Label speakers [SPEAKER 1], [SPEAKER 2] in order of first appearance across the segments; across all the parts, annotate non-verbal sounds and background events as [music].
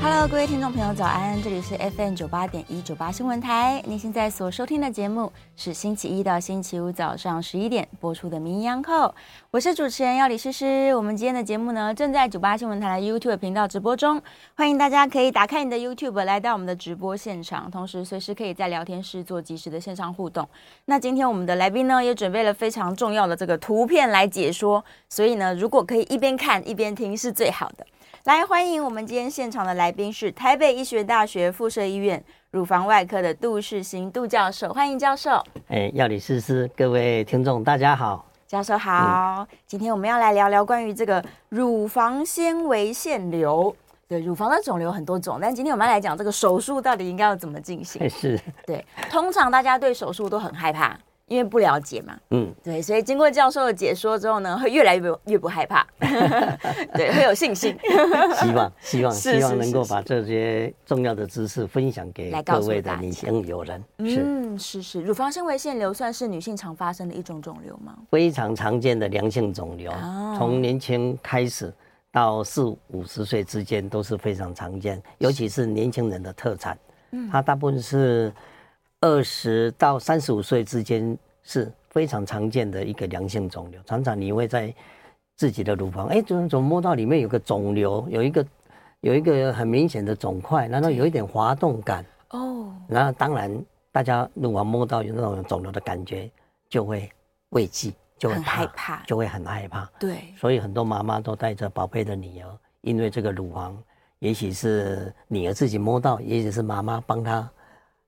[SPEAKER 1] Hello，各位听众朋友，早安！这里是 FM 九八点一九八新闻台。您现在所收听的节目是星期一到星期五早上十一点播出的《名医央叩》，我是主持人要李诗诗。我们今天的节目呢，正在九八新闻台的 YouTube 频道直播中，欢迎大家可以打开你的 YouTube 来到我们的直播现场，同时随时可以在聊天室做及时的线上互动。那今天我们的来宾呢，也准备了非常重要的这个图片来解说，所以呢，如果可以一边看一边听是最好的。来，欢迎我们今天现场的来宾是台北医学大学附设医院乳房外科的杜世新杜教授，欢迎教授。
[SPEAKER 2] 哎，药理诗诗，各位听众大家好。
[SPEAKER 1] 教授好，今天我们要来聊聊关于这个乳房纤维腺瘤。对，乳房的肿瘤很多种，但今天我们要来讲这个手术到底应该要怎么进行
[SPEAKER 2] 哎，。是，
[SPEAKER 1] 对，通常大家对手术都很害怕，因为不了解嘛。
[SPEAKER 2] 嗯，
[SPEAKER 1] 对，所以经过教授的解说之后呢，会越来越不越不害 [laughs] 怕，对，会有信心。[laughs]
[SPEAKER 2] 希望希望
[SPEAKER 1] 是
[SPEAKER 2] 希
[SPEAKER 1] 是
[SPEAKER 2] 望能够
[SPEAKER 1] 是
[SPEAKER 2] 把这些重要的知识分享给
[SPEAKER 1] 来告
[SPEAKER 2] 各
[SPEAKER 1] 诉
[SPEAKER 2] 位
[SPEAKER 1] 大
[SPEAKER 2] 的
[SPEAKER 1] 家
[SPEAKER 2] 女性友人，是
[SPEAKER 1] 嗯，是是，乳房纤维腺瘤算是女性常发生的一种肿瘤吗？
[SPEAKER 2] 非常常见的良性肿瘤
[SPEAKER 1] 哦，
[SPEAKER 2] 从年轻开始到四五十岁之间都是非常常见，尤其是年轻人的特产。嗯，它大部分是二十到三十五岁之间是非常常见的一个良性肿瘤，常常你会在自己的乳房，哎，怎么怎么摸到里面有个肿瘤，有一个有一个很明显的肿块，然后有一点滑动感，
[SPEAKER 1] 哦，
[SPEAKER 2] 然后当然大家如果摸到有那种肿瘤的感觉，就会畏惧，就会
[SPEAKER 1] 很害
[SPEAKER 2] 怕，
[SPEAKER 1] 怕。
[SPEAKER 2] 就会很害怕。
[SPEAKER 1] 对，
[SPEAKER 2] 所以很多妈妈都带着宝贝的女儿，因为这个乳房，也许是女儿自己摸到，也许是妈妈帮她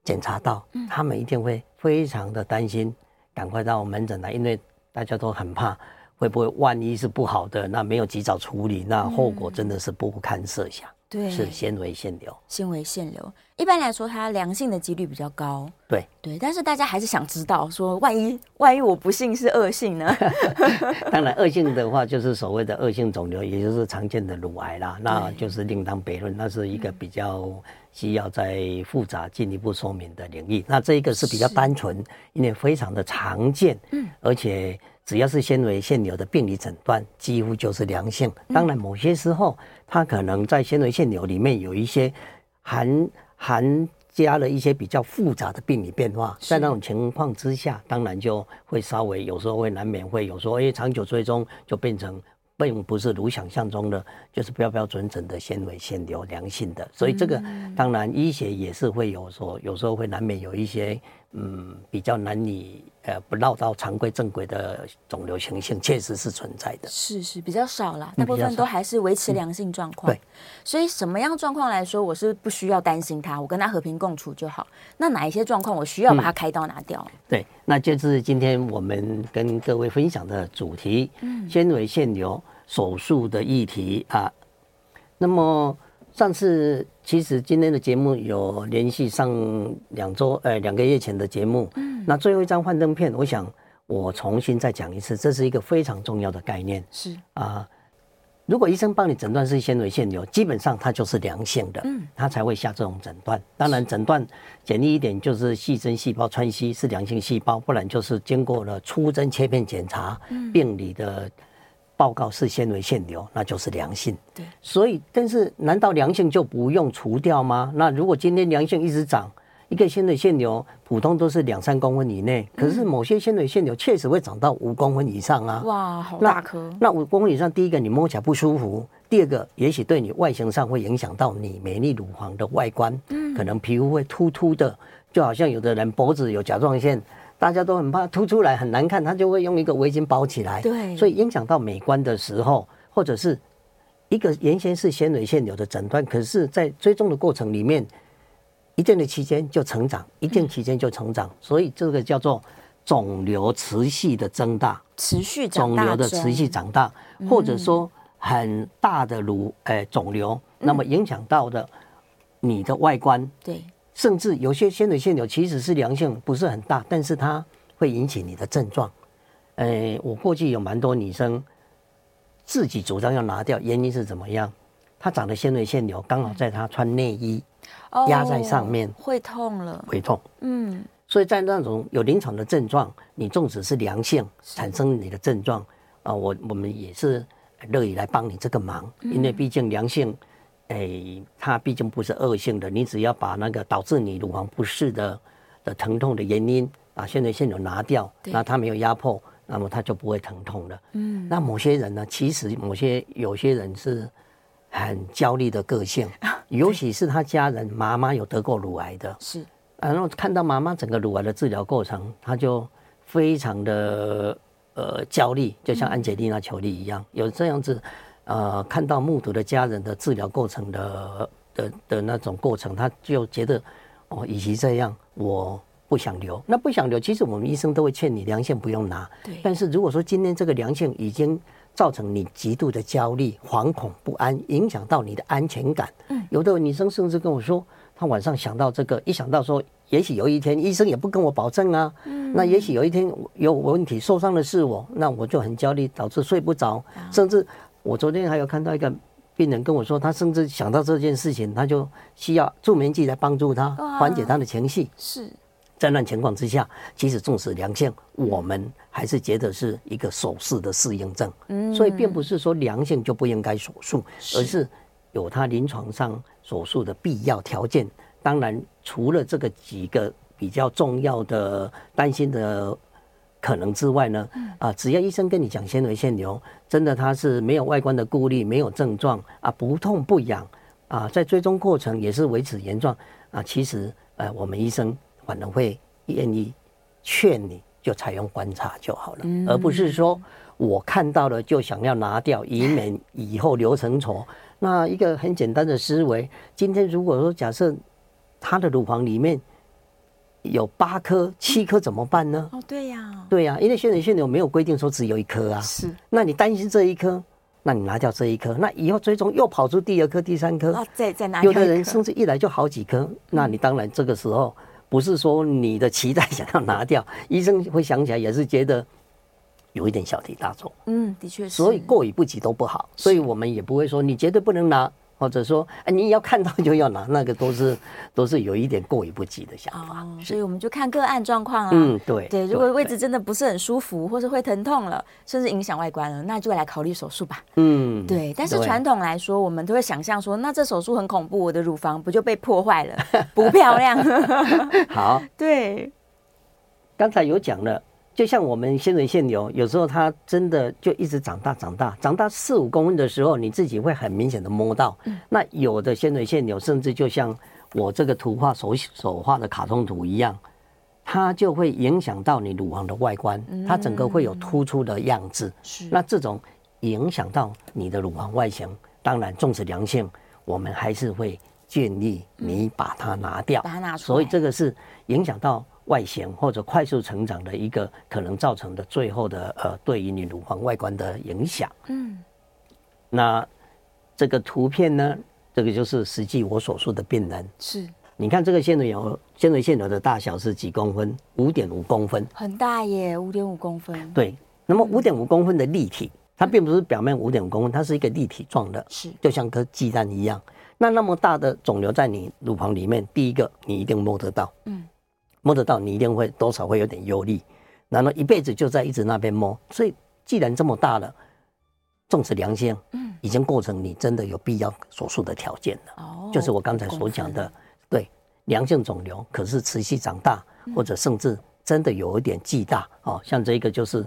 [SPEAKER 2] 检查到，
[SPEAKER 1] 嗯
[SPEAKER 2] 他们一定会非常的担心，赶快到门诊来，因为大家都很怕，会不会万一是不好的，那没有及早处理，那后果真的是不堪设想，
[SPEAKER 1] 嗯对，
[SPEAKER 2] 是纤维腺瘤。
[SPEAKER 1] 纤维腺瘤，一般来说它良性的几率比较高。
[SPEAKER 2] 对
[SPEAKER 1] 对，但是大家还是想知道，说万一万一我不幸是恶性
[SPEAKER 2] [laughs]
[SPEAKER 1] 呢？
[SPEAKER 2] 当然，恶性的话就是所谓的恶性肿瘤，也就是常见的乳癌啦，那就是另当别论，那是一个比较需要再复杂进一步说明的领域。那这一个是比较单纯，因为非常的常见，嗯，而且只要是纤维腺瘤的病理诊断，几乎就是良性。当然，某些时候它可能在纤维腺瘤里面有一些含含加了一些比较复杂的病理变化，在那种情况之下，当然就会稍微有时候会难免会有时候，因为长久追踪就变成并不是如想象中的，就是标标准准的纤维腺瘤良性的，所以这个当然医学也是会有所有时候会难免有一些嗯比较难以呃不绕到常规正轨的肿瘤情形，确实是存在的。
[SPEAKER 1] 是是，比较少啦，
[SPEAKER 2] 嗯
[SPEAKER 1] 大部
[SPEAKER 2] 比较
[SPEAKER 1] 分
[SPEAKER 2] 少嗯
[SPEAKER 1] 都还是维持良性状况。
[SPEAKER 2] 对，
[SPEAKER 1] 所以什么样状况来说，我是不需要担心它，我跟它和平共处就好。那哪一些状况我需
[SPEAKER 2] 嗯
[SPEAKER 1] 要把它开刀拿掉？
[SPEAKER 2] 对，那就是今天我们跟各位分享的主题，纤维腺瘤手术的议题啊。那么上次其实今天的节目有连续上两周，呃，两个月前的节目，嗯，那最后一张幻灯片，我想我重新再讲一次，这是一个非常重要的概念
[SPEAKER 1] 是
[SPEAKER 2] 啊。如果医生帮你诊断是纤维腺瘤，基本上它就是良性的，
[SPEAKER 1] 嗯，
[SPEAKER 2] 他才会下这种诊断。当然，诊断简易一点就是细针细胞穿析是良性细胞，不然就是经过了初针切片检查，
[SPEAKER 1] 嗯
[SPEAKER 2] 病理的报告是纤维腺瘤，那就是良性。
[SPEAKER 1] 对，
[SPEAKER 2] 所以，但是难道良性就不用除掉吗？那如果今天良性一直长，一个纤维腺瘤普通都是两三公分以内，可是某些纤维腺瘤确实会长到五公分以上啊。
[SPEAKER 1] 哇，好
[SPEAKER 2] 那
[SPEAKER 1] 大颗，
[SPEAKER 2] 那五公分以上，第一个你摸起来不舒服，第二个也许对你外形上会影响到你美丽乳房的外观，嗯，可能皮肤会突突的，就好像有的人脖子有甲状腺，大家都很怕凸出来很难看，他就会用一个围巾包起来，
[SPEAKER 1] 对
[SPEAKER 2] 所以影响到美观的时候，或者是一个原先是纤维腺瘤的诊断，可是在追踪的过程里面，一定的期间就成长，一定期间就成长，所以这个叫做肿瘤持续的增大，
[SPEAKER 1] 持续长
[SPEAKER 2] 肿
[SPEAKER 1] 大
[SPEAKER 2] 瘤的
[SPEAKER 1] 中嗯
[SPEAKER 2] 持续长大，或者说很大的乳呃肿瘤，那
[SPEAKER 1] 嗯
[SPEAKER 2] 么影响到的你的外观，
[SPEAKER 1] 对
[SPEAKER 2] 甚至有些纤维腺瘤其实是良性，不是很大，但是它会引起你的症状。呃，我过去有蛮多女生自己主张要拿掉，原因是怎么样？她长的纤维腺
[SPEAKER 1] 嗯
[SPEAKER 2] 瘤刚好在她穿内衣
[SPEAKER 1] 哦
[SPEAKER 2] 压在上面
[SPEAKER 1] 会痛了。
[SPEAKER 2] 会痛，
[SPEAKER 1] 嗯，
[SPEAKER 2] 所以在那种有临床的症状，你纵使是良性产生你的症状啊、我我们也是乐意来帮你这个忙，因为毕竟良性，诶、它毕竟不是恶性的，你只要把那个导致你乳房不适的的疼痛的原因把现在腺瘤拿掉，
[SPEAKER 1] 对
[SPEAKER 2] 那它没有压迫，那么它就不会疼痛了。嗯，那某些人呢，其实某些有些人是很焦虑的个性，尤其是他家人妈妈有得过乳癌的，
[SPEAKER 1] 是
[SPEAKER 2] 然后看到妈妈整个乳癌的治疗过程，他就非常的呃焦虑，就像安吉丽娜·裘丽一样，有这样子，呃，看到目睹的家人的治疗过程的的的那种过程，他就觉得哦，与其这样，我不想留。那不想留，其实我们医生都会劝你良性不用拿，
[SPEAKER 1] 对
[SPEAKER 2] 但是如果说今天这个良性已经造成你极度的焦虑、惶恐不安，影响到你的安全感，有的女生甚至跟我说，她晚上想到这个，一想到说，也许有一天医生也不跟我保证啊，那也许有一天我有问题受伤的是我，那我就很焦虑，导致睡不着，甚至我昨天还有看到一个。病人跟我说，他甚至想到这件事情，他就需要助眠剂来帮助他缓解他的情绪。
[SPEAKER 1] 是
[SPEAKER 2] 在那情况之下，其实纵使良性，我们还是觉得是一个手术的适应症。嗯，所以并不是说良性就不应该手术，而是有它临床上手术的必要条件。当然，除了这个几个比较重要的担心的可能之外呢，啊，只要医生跟你讲纤维腺瘤，真的它是没有外观的顾虑，没有症状啊，不痛不痒啊，在追踪过程也是维持原状啊，其实呃，我们医生反而会愿意劝你就采用观察就好了，
[SPEAKER 1] 嗯
[SPEAKER 2] 而不是说我看到了就想要拿掉，以免以后留成仇。那一个很简单的思维，今天如果说假设他的乳房里面有八颗、七颗怎么办呢？
[SPEAKER 1] 哦，对呀，
[SPEAKER 2] 对啊呀、因为血脂腺瘤没有规定说只有一颗啊，
[SPEAKER 1] 是
[SPEAKER 2] 那你担心这一颗，那你拿掉这一颗，那以后追踪又跑出第二颗、第三颗，
[SPEAKER 1] 哦，再再拿
[SPEAKER 2] 有
[SPEAKER 1] 掉
[SPEAKER 2] 的
[SPEAKER 1] 一
[SPEAKER 2] 人
[SPEAKER 1] 颗
[SPEAKER 2] 甚至一来就好几颗，那
[SPEAKER 1] 嗯
[SPEAKER 2] 你当然这个时候不是说你的脐带想要拿掉，医生会想起来也是觉得有一点小题大做，
[SPEAKER 1] 嗯，的确是，
[SPEAKER 2] 所以过于不及都不好，所以我们也不会说你绝对不能拿。或者说，哎，你要看到就要拿，那个都是都是有一点过于不及的想法。
[SPEAKER 1] 哦，所以我们就看个案状况啦。啊
[SPEAKER 2] 嗯，对
[SPEAKER 1] 对，如果位
[SPEAKER 2] 对
[SPEAKER 1] 置真的不是很舒服，或是会疼痛了，甚至影响外观了，那就来考虑手术吧。
[SPEAKER 2] 嗯
[SPEAKER 1] 对，但是
[SPEAKER 2] 对
[SPEAKER 1] 传统来说，我们都会想象说，那这手术很恐怖，我的乳房不就被破坏
[SPEAKER 2] [laughs]
[SPEAKER 1] 了，不漂亮。
[SPEAKER 2] 好，
[SPEAKER 1] 对，
[SPEAKER 2] 刚才有讲了，就像我们仙人腺瘤，有时候它真的就一直长大长大，长到四五公分的时候，你自己会很明显的摸到。那有的仙人腺瘤，甚至就像我这个图画手手画的卡通图一样，它就会影响到你乳房的外观，它整个会有突出的样子。
[SPEAKER 1] 是
[SPEAKER 2] 那这种影响到你的乳房外形，当然纵使良性，我们还是会建议你把它拿掉，
[SPEAKER 1] 把它拿出
[SPEAKER 2] 所以
[SPEAKER 1] 来
[SPEAKER 2] 这个是影响到外形或者快速成长的一个可能造成的最后的呃对于你乳房外观的影响。嗯，那这个图片呢，这个就是实际我所述的病人。
[SPEAKER 1] 是
[SPEAKER 2] 你看这个腺瘤，纤维腺瘤的大小是几公分？五点五公分。
[SPEAKER 1] 很大耶，五点五公分。
[SPEAKER 2] 对，那么五点五公分的立体，它并不是表面五点五公分，它是一个立体状的，
[SPEAKER 1] 是
[SPEAKER 2] 就像颗鸡蛋一样。那那么大的肿瘤在你乳房里面，第一个你一定摸得到，
[SPEAKER 1] 嗯，
[SPEAKER 2] 摸得到你一定会多少会有点忧虑，然后一辈子就在一直那边摸，所以既然这么大了，纵使良性，
[SPEAKER 1] 嗯，
[SPEAKER 2] 已经构成你真的有必要手术的条件了。
[SPEAKER 1] 哦
[SPEAKER 2] 就是我刚才所讲的，对良性肿瘤，可是持续长大，
[SPEAKER 1] 嗯
[SPEAKER 2] 或者甚至真的有一点巨大哦，像这个就是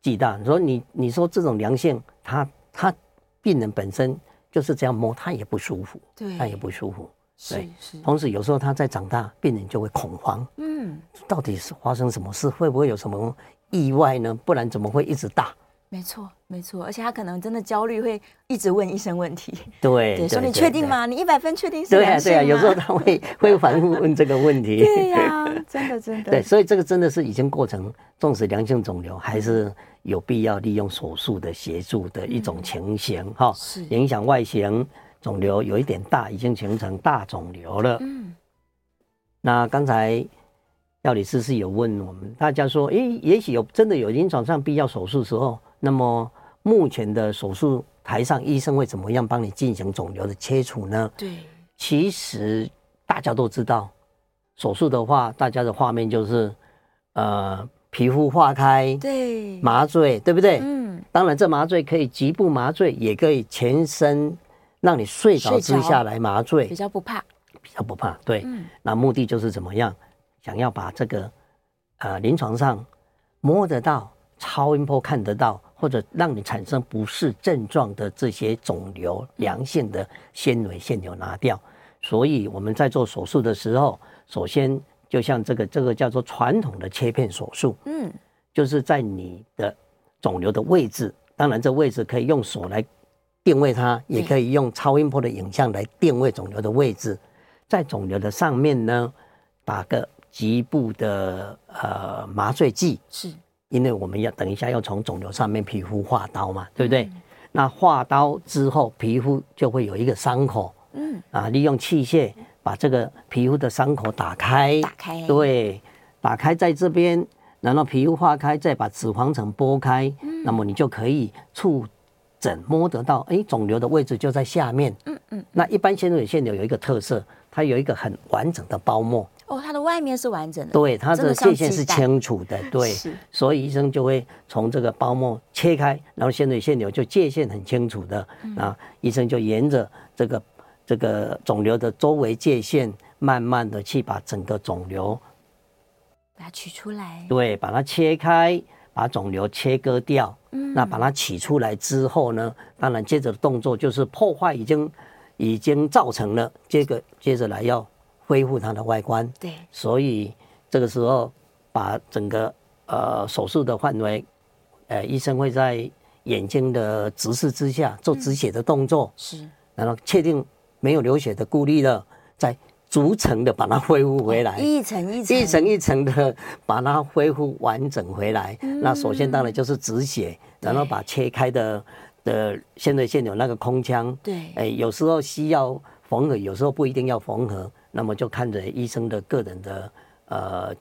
[SPEAKER 2] 巨大。所以你你说这种良性，它它病人本身就是这样摸，他也不舒服，
[SPEAKER 1] 对
[SPEAKER 2] 他也不舒服。
[SPEAKER 1] 是
[SPEAKER 2] 对
[SPEAKER 1] 是，
[SPEAKER 2] 同时有时候他在长大，病人就会恐慌，
[SPEAKER 1] 嗯，
[SPEAKER 2] 到底是发生什么事？会不会有什么意外呢？不然怎么会一直大？
[SPEAKER 1] 没错没错，而且他可能真的焦虑，会一直问医生问
[SPEAKER 2] [laughs]
[SPEAKER 1] 题。
[SPEAKER 2] 对
[SPEAKER 1] 对，说你
[SPEAKER 2] 对
[SPEAKER 1] 确定
[SPEAKER 2] 对
[SPEAKER 1] 吗？你一百分确定是
[SPEAKER 2] 对
[SPEAKER 1] 良
[SPEAKER 2] 啊，
[SPEAKER 1] 性
[SPEAKER 2] 对
[SPEAKER 1] 吗？
[SPEAKER 2] 啊，有时候他会会反复问这个问
[SPEAKER 1] [laughs]
[SPEAKER 2] 题。
[SPEAKER 1] 对
[SPEAKER 2] [laughs]
[SPEAKER 1] 呀，真的真的。
[SPEAKER 2] 对，所以这个真的是已经过程，纵使良性肿瘤，还是有必要利用手术的协助的一种情形哈、
[SPEAKER 1] 嗯是
[SPEAKER 2] 影响外形，肿瘤有一点大，已经形成大肿瘤了。
[SPEAKER 1] 嗯，
[SPEAKER 2] 那刚才药理师是有问我们大家说，诶，也许有真的有临床上必要手术的时候，那么目前的手术台上医生会怎么样帮你进行肿瘤的切除呢？
[SPEAKER 1] 对，
[SPEAKER 2] 其实大家都知道，手术的话，大家的画面就是呃皮肤化开、
[SPEAKER 1] 对，
[SPEAKER 2] 麻醉，对不对？
[SPEAKER 1] 嗯，
[SPEAKER 2] 当然，这麻醉可以局部麻醉，也可以全身让你睡着之下来麻醉，
[SPEAKER 1] 比较不怕，
[SPEAKER 2] 比较不怕。对，
[SPEAKER 1] 嗯
[SPEAKER 2] 那目的就是怎么样？想要把这个呃临床上摸得到、超音波看得到，或者让你产生不适症状的这些肿瘤、良性的纤维腺瘤拿掉。所以我们在做手术的时候，首先就像这个这个叫做传统的切片手术，
[SPEAKER 1] 嗯，
[SPEAKER 2] 就是在你的肿瘤的位置，当然这位置可以用手来定位它，也可以用超音波的影像来定位肿瘤的位置。在肿瘤的上面呢，打个局部的呃麻醉剂，
[SPEAKER 1] 是
[SPEAKER 2] 因为我们要等一下要从肿瘤上面皮肤划刀嘛，对不对？
[SPEAKER 1] 嗯
[SPEAKER 2] 那划刀之后，皮肤就会有一个伤口，
[SPEAKER 1] 嗯，
[SPEAKER 2] 啊，利用器械把这个皮肤的伤口打开，
[SPEAKER 1] 打开
[SPEAKER 2] 对，打开在这边，然后皮肤化开，再把脂肪层剥开，那么你就可以触诊摸得到，哎，肿瘤的位置就在下面。嗯嗯。那一般纤维腺瘤有一个特色，它有一个很完整的包膜，
[SPEAKER 1] 哦，它的外面是完整的，
[SPEAKER 2] 对，它
[SPEAKER 1] 真
[SPEAKER 2] 的
[SPEAKER 1] 像
[SPEAKER 2] 界限
[SPEAKER 1] 鸡
[SPEAKER 2] 是
[SPEAKER 1] 蛋，
[SPEAKER 2] 清楚的，对
[SPEAKER 1] 是，
[SPEAKER 2] 所以医生就会从这个包膜切开，然后纤维腺瘤就界限很清楚的，啊，医生就沿着这个这个肿瘤的周围界限，慢慢的去把整个肿瘤
[SPEAKER 1] 把它取出来，
[SPEAKER 2] 对，把它切开，把肿瘤切割掉。那把它取出来之后呢，当然接着的动作就是破坏已经已经造成了，接着接着来要恢复它的外观。
[SPEAKER 1] 对，
[SPEAKER 2] 所以这个时候把整个呃手术的范围，呃，医生会在眼睛的直视之下做止血的动作，
[SPEAKER 1] 是
[SPEAKER 2] 然后确定没有流血的顾虑了，再逐层的把它恢复回来。
[SPEAKER 1] 一层一层
[SPEAKER 2] 一层一层的把它恢复完整回来。那首先当然就是止血，然后把切开的的现在现有那个空腔，
[SPEAKER 1] 对
[SPEAKER 2] 哎，有时候需要缝合，有时候不一定要缝合，那么就看着医生的个人的呃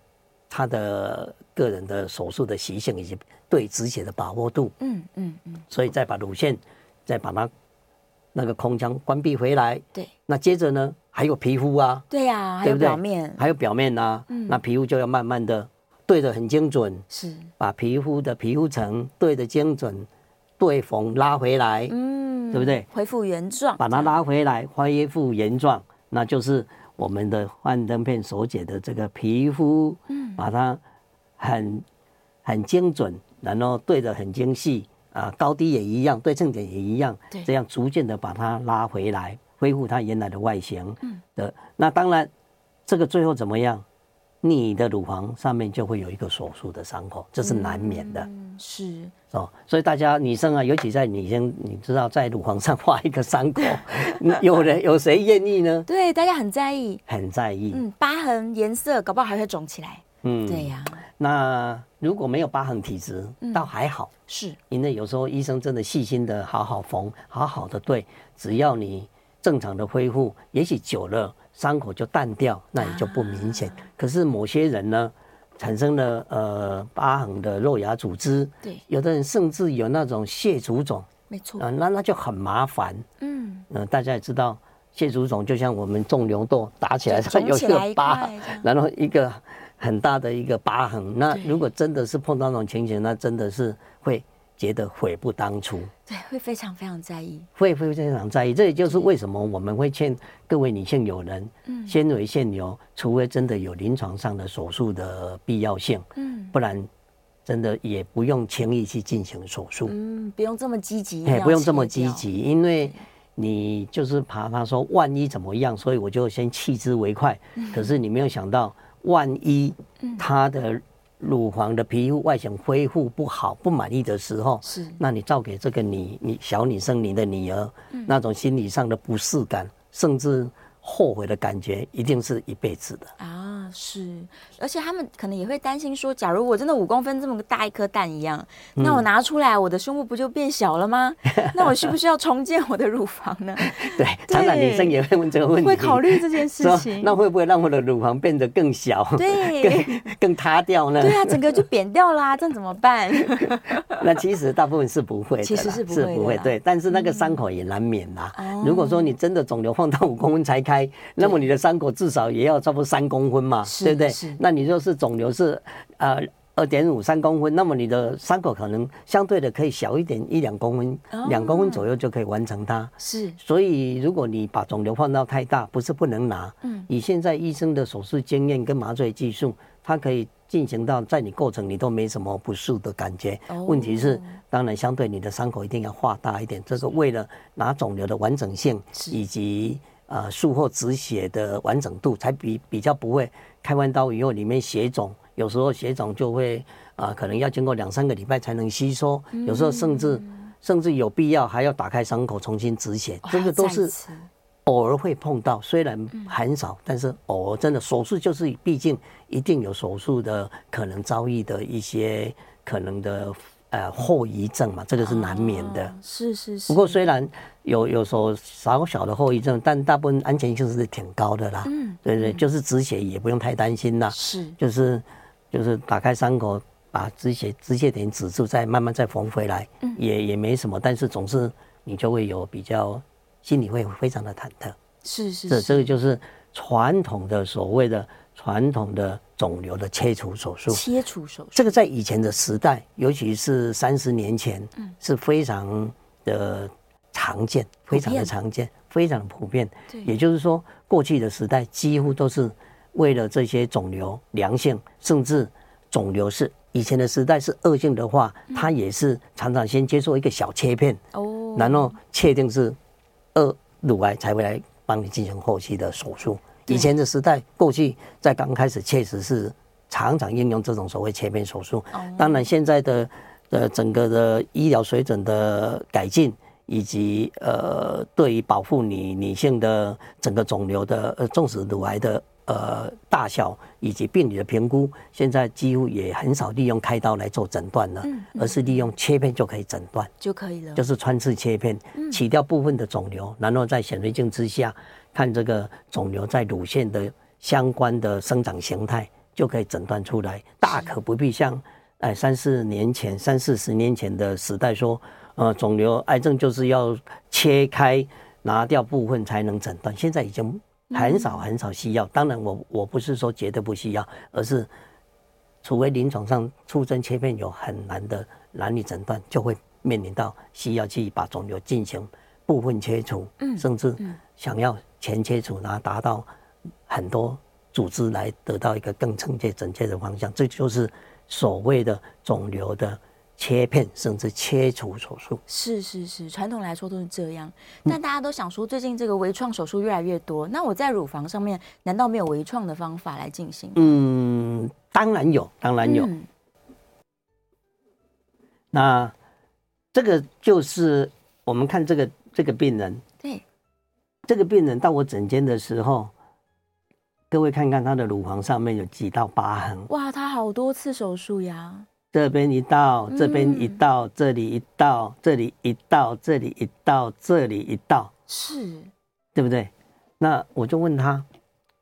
[SPEAKER 2] 他的个人的手术的习性以及对止血的把握度，
[SPEAKER 1] 嗯嗯嗯，
[SPEAKER 2] 所以再把乳腺再把它那个空腔关闭回来。
[SPEAKER 1] 对
[SPEAKER 2] 那接着呢，还有皮肤啊，
[SPEAKER 1] 对呀，还
[SPEAKER 2] 对
[SPEAKER 1] 有
[SPEAKER 2] 不对
[SPEAKER 1] 表面
[SPEAKER 2] 还有表面呐、啊那皮肤就要慢慢的对得很精准，
[SPEAKER 1] 是，
[SPEAKER 2] 把皮肤的皮肤层对得精准，对缝拉回来，
[SPEAKER 1] 嗯，
[SPEAKER 2] 对不对？
[SPEAKER 1] 恢复原状，
[SPEAKER 2] 把它拉回来，恢复原状，那就是我们的幻灯片所解的这个皮肤，把它很很精准，然后对得很精细啊，高低也一样，对称点也一样
[SPEAKER 1] 对，
[SPEAKER 2] 这样逐渐的把它拉回来，恢复它原来的外形的。那当然，这个最后怎么样？你的乳房上面就会有一个手术的伤口，这是难免的。
[SPEAKER 1] 嗯是
[SPEAKER 2] 哦，所以大家女生啊，尤其在女生，你知道在乳房上画一个伤口，有人有谁愿意呢？
[SPEAKER 1] 对，大家很在意，
[SPEAKER 2] 很在意，
[SPEAKER 1] 嗯，疤痕颜色搞不好还会肿起来，
[SPEAKER 2] 嗯，
[SPEAKER 1] 对。呀，嗯
[SPEAKER 2] 那如果没有疤痕体质，倒还好，
[SPEAKER 1] 是
[SPEAKER 2] 因为有时候医生真的细心的好好缝，好好的对，只要你正常的恢复，也许久了伤口就淡掉，那也就不
[SPEAKER 1] 啊
[SPEAKER 2] 明显。可是某些人呢，产生了呃疤痕的肉芽组织，
[SPEAKER 1] 对，
[SPEAKER 2] 有的人甚至有那种蟹足肿。
[SPEAKER 1] 没错，
[SPEAKER 2] 啊、那那就很麻烦。
[SPEAKER 1] 嗯，
[SPEAKER 2] 嗯、大家也知道，蟹足肿就像我们种牛痘打起来，
[SPEAKER 1] 就
[SPEAKER 2] 它
[SPEAKER 1] 肿
[SPEAKER 2] 啊有
[SPEAKER 1] 起
[SPEAKER 2] 一
[SPEAKER 1] 来一块
[SPEAKER 2] 个疤
[SPEAKER 1] 这样，
[SPEAKER 2] 然后一个很大的一个疤痕。那如果真的是碰到那种情形，那真的是会觉得悔不当初，
[SPEAKER 1] 对，会非常非常在意，
[SPEAKER 2] 会会非常在意。这也就是为什么我们会劝各位女性友人，
[SPEAKER 1] 嗯
[SPEAKER 2] 纤维腺瘤，除非真的有临床上的手术的必要性，
[SPEAKER 1] 嗯
[SPEAKER 2] 不然真的也不用轻易去进行手术。
[SPEAKER 1] 嗯，不用这么积极，一定
[SPEAKER 2] 哎，
[SPEAKER 1] 要
[SPEAKER 2] 不用这么
[SPEAKER 1] 切
[SPEAKER 2] 积
[SPEAKER 1] 掉，
[SPEAKER 2] 极，因为你就是怕他说万一怎么样，所以我就先弃之为快。
[SPEAKER 1] 嗯
[SPEAKER 2] 可是你没有想到，万一他的乳房的皮肤外形恢复不好、不满意的时候，
[SPEAKER 1] 是
[SPEAKER 2] 那你照给这个你你小女生、你的女儿，
[SPEAKER 1] 嗯
[SPEAKER 2] 那种心理上的不适感，甚至后悔的感觉，一定是一辈子
[SPEAKER 1] [laughs]
[SPEAKER 2] 的。
[SPEAKER 1] 啊，是，而且他们可能也会担心说，假如我真的五公分这么大一颗蛋一样，
[SPEAKER 2] 嗯
[SPEAKER 1] 那我拿出来，我的胸部不就变小了
[SPEAKER 2] [laughs]
[SPEAKER 1] 吗？那我需不需要重建我的乳房呢？
[SPEAKER 2] 对，常常女生也会问这个问题，
[SPEAKER 1] 会考虑这件事
[SPEAKER 2] 说
[SPEAKER 1] 情。
[SPEAKER 2] 那会不会让我的乳房变得更小、
[SPEAKER 1] 对
[SPEAKER 2] [laughs] 更更塌掉呢？
[SPEAKER 1] 对啊，整个就扁掉啦、这样怎么
[SPEAKER 2] [laughs]
[SPEAKER 1] 办？
[SPEAKER 2] 那其实大部分是不会的啦，
[SPEAKER 1] 其实是不会的啦
[SPEAKER 2] 对。但是那个伤口也难免啦。啊
[SPEAKER 1] 哦
[SPEAKER 2] 如果说你真的肿瘤放到五公分才开，开，那么你的伤口至少也要差不多三公分嘛，
[SPEAKER 1] 是
[SPEAKER 2] 对不对
[SPEAKER 1] 是？
[SPEAKER 2] 那你若是肿瘤是呃二点五三公分，那么你的伤口可能相对的可以小一点，一两公分
[SPEAKER 1] 哦，
[SPEAKER 2] 两、公分左右就可以完成它。
[SPEAKER 1] 是
[SPEAKER 2] 所以，如果你把肿瘤放到太大，不是不能拿。
[SPEAKER 1] 嗯
[SPEAKER 2] 以现在医生的手术经验跟麻醉技术，它可以进行到在你过程你都没什么不适的感觉。
[SPEAKER 1] 哦
[SPEAKER 2] 问题是，当然相对你的伤口一定要画大一点，这是为了拿肿瘤的完整性
[SPEAKER 1] 是
[SPEAKER 2] 以及呃术后止血的完整度，才比比较不会开完刀以后里面血肿，有时候血肿就会啊、呃可能要经过两三个礼拜才能吸收，有时候甚至。
[SPEAKER 1] 嗯
[SPEAKER 2] 甚至有必要还要打开伤口重新止血，这个都是偶尔会碰到，虽然
[SPEAKER 1] 嗯
[SPEAKER 2] 很少，但是偶尔真的手术就是，毕竟一定有手术的可能遭遇的一些可能的呃后遗症嘛，这个是难免的。
[SPEAKER 1] 是是是。
[SPEAKER 2] 不过虽然有有所少小的后遗症，但大部分安全性是挺高的啦。
[SPEAKER 1] 嗯，
[SPEAKER 2] 对对，就是止血也不用太担心啦。
[SPEAKER 1] 是
[SPEAKER 2] 就是就是打开伤口，把止血止血点止住，再慢慢再缝回来，也也没什么，但是总是你就会有比较心里会非常的忐忑。
[SPEAKER 1] 是是
[SPEAKER 2] 这
[SPEAKER 1] 是，
[SPEAKER 2] 这个就是传统的所谓的传统的肿瘤的切除手术。
[SPEAKER 1] 切除手术
[SPEAKER 2] 这个在以前的时代，尤其是三十年前，是非常的常见，非常的常见，非常的普遍。
[SPEAKER 1] 对
[SPEAKER 2] 也就是说，过去的时代几乎都是为了这些肿瘤良性，甚至肿瘤是以前的时代是恶性的话，它也是常常先接受一个小切片，
[SPEAKER 1] 嗯哦，
[SPEAKER 2] 然后确定是二乳癌才会来帮你进行后期的手术。以前的时代，过去在刚开始确实是常常应用这种所谓切片手术。当然，现在的呃整个的医疗水准的改进，以及呃对于保护你女性的整个肿瘤的呃纵使乳癌的呃大小以及病理的评估，现在几乎也很少利用开刀来做诊断了，而是利用切片就可以诊断。
[SPEAKER 1] 就可以了，
[SPEAKER 2] 就是穿刺切片，取掉部分的肿瘤，然后在显微镜之下看这个肿瘤在乳腺的相关的生长形态，就可以诊断出来。大可不必像哎三四年前、三四十年前的时代说，呃，肿瘤癌症就是要切开拿掉部分才能诊断，现在已经很少很少需要。当然我，我不是说绝对不需要，而是除非临床上出针切片有很难的难以诊断，就会面临到需要去把肿瘤进行部分切除，甚至想要全切除，然后达到很多组织来得到一个更正确、准确的方向。这就是所谓的肿瘤的切片甚至切除手术。
[SPEAKER 1] 是是是，传统来说都是这样。
[SPEAKER 2] 嗯
[SPEAKER 1] 但大家都想说，最近这个微创手术越来越多，那我在乳房上面难道没有微创的方法来进行？
[SPEAKER 2] 嗯，当然有，当然有。
[SPEAKER 1] 嗯
[SPEAKER 2] 那这个就是我们看这个这个病人，
[SPEAKER 1] 对，
[SPEAKER 2] 这个病人到我诊间的时候，各位看看他的乳房上面有几道疤痕，
[SPEAKER 1] 哇，他好多次手术呀，
[SPEAKER 2] 这边一道，
[SPEAKER 1] 嗯
[SPEAKER 2] 这边一道，这里一道，这里一道，这里一道，这里一道，
[SPEAKER 1] 是
[SPEAKER 2] 对不对？那我就问他，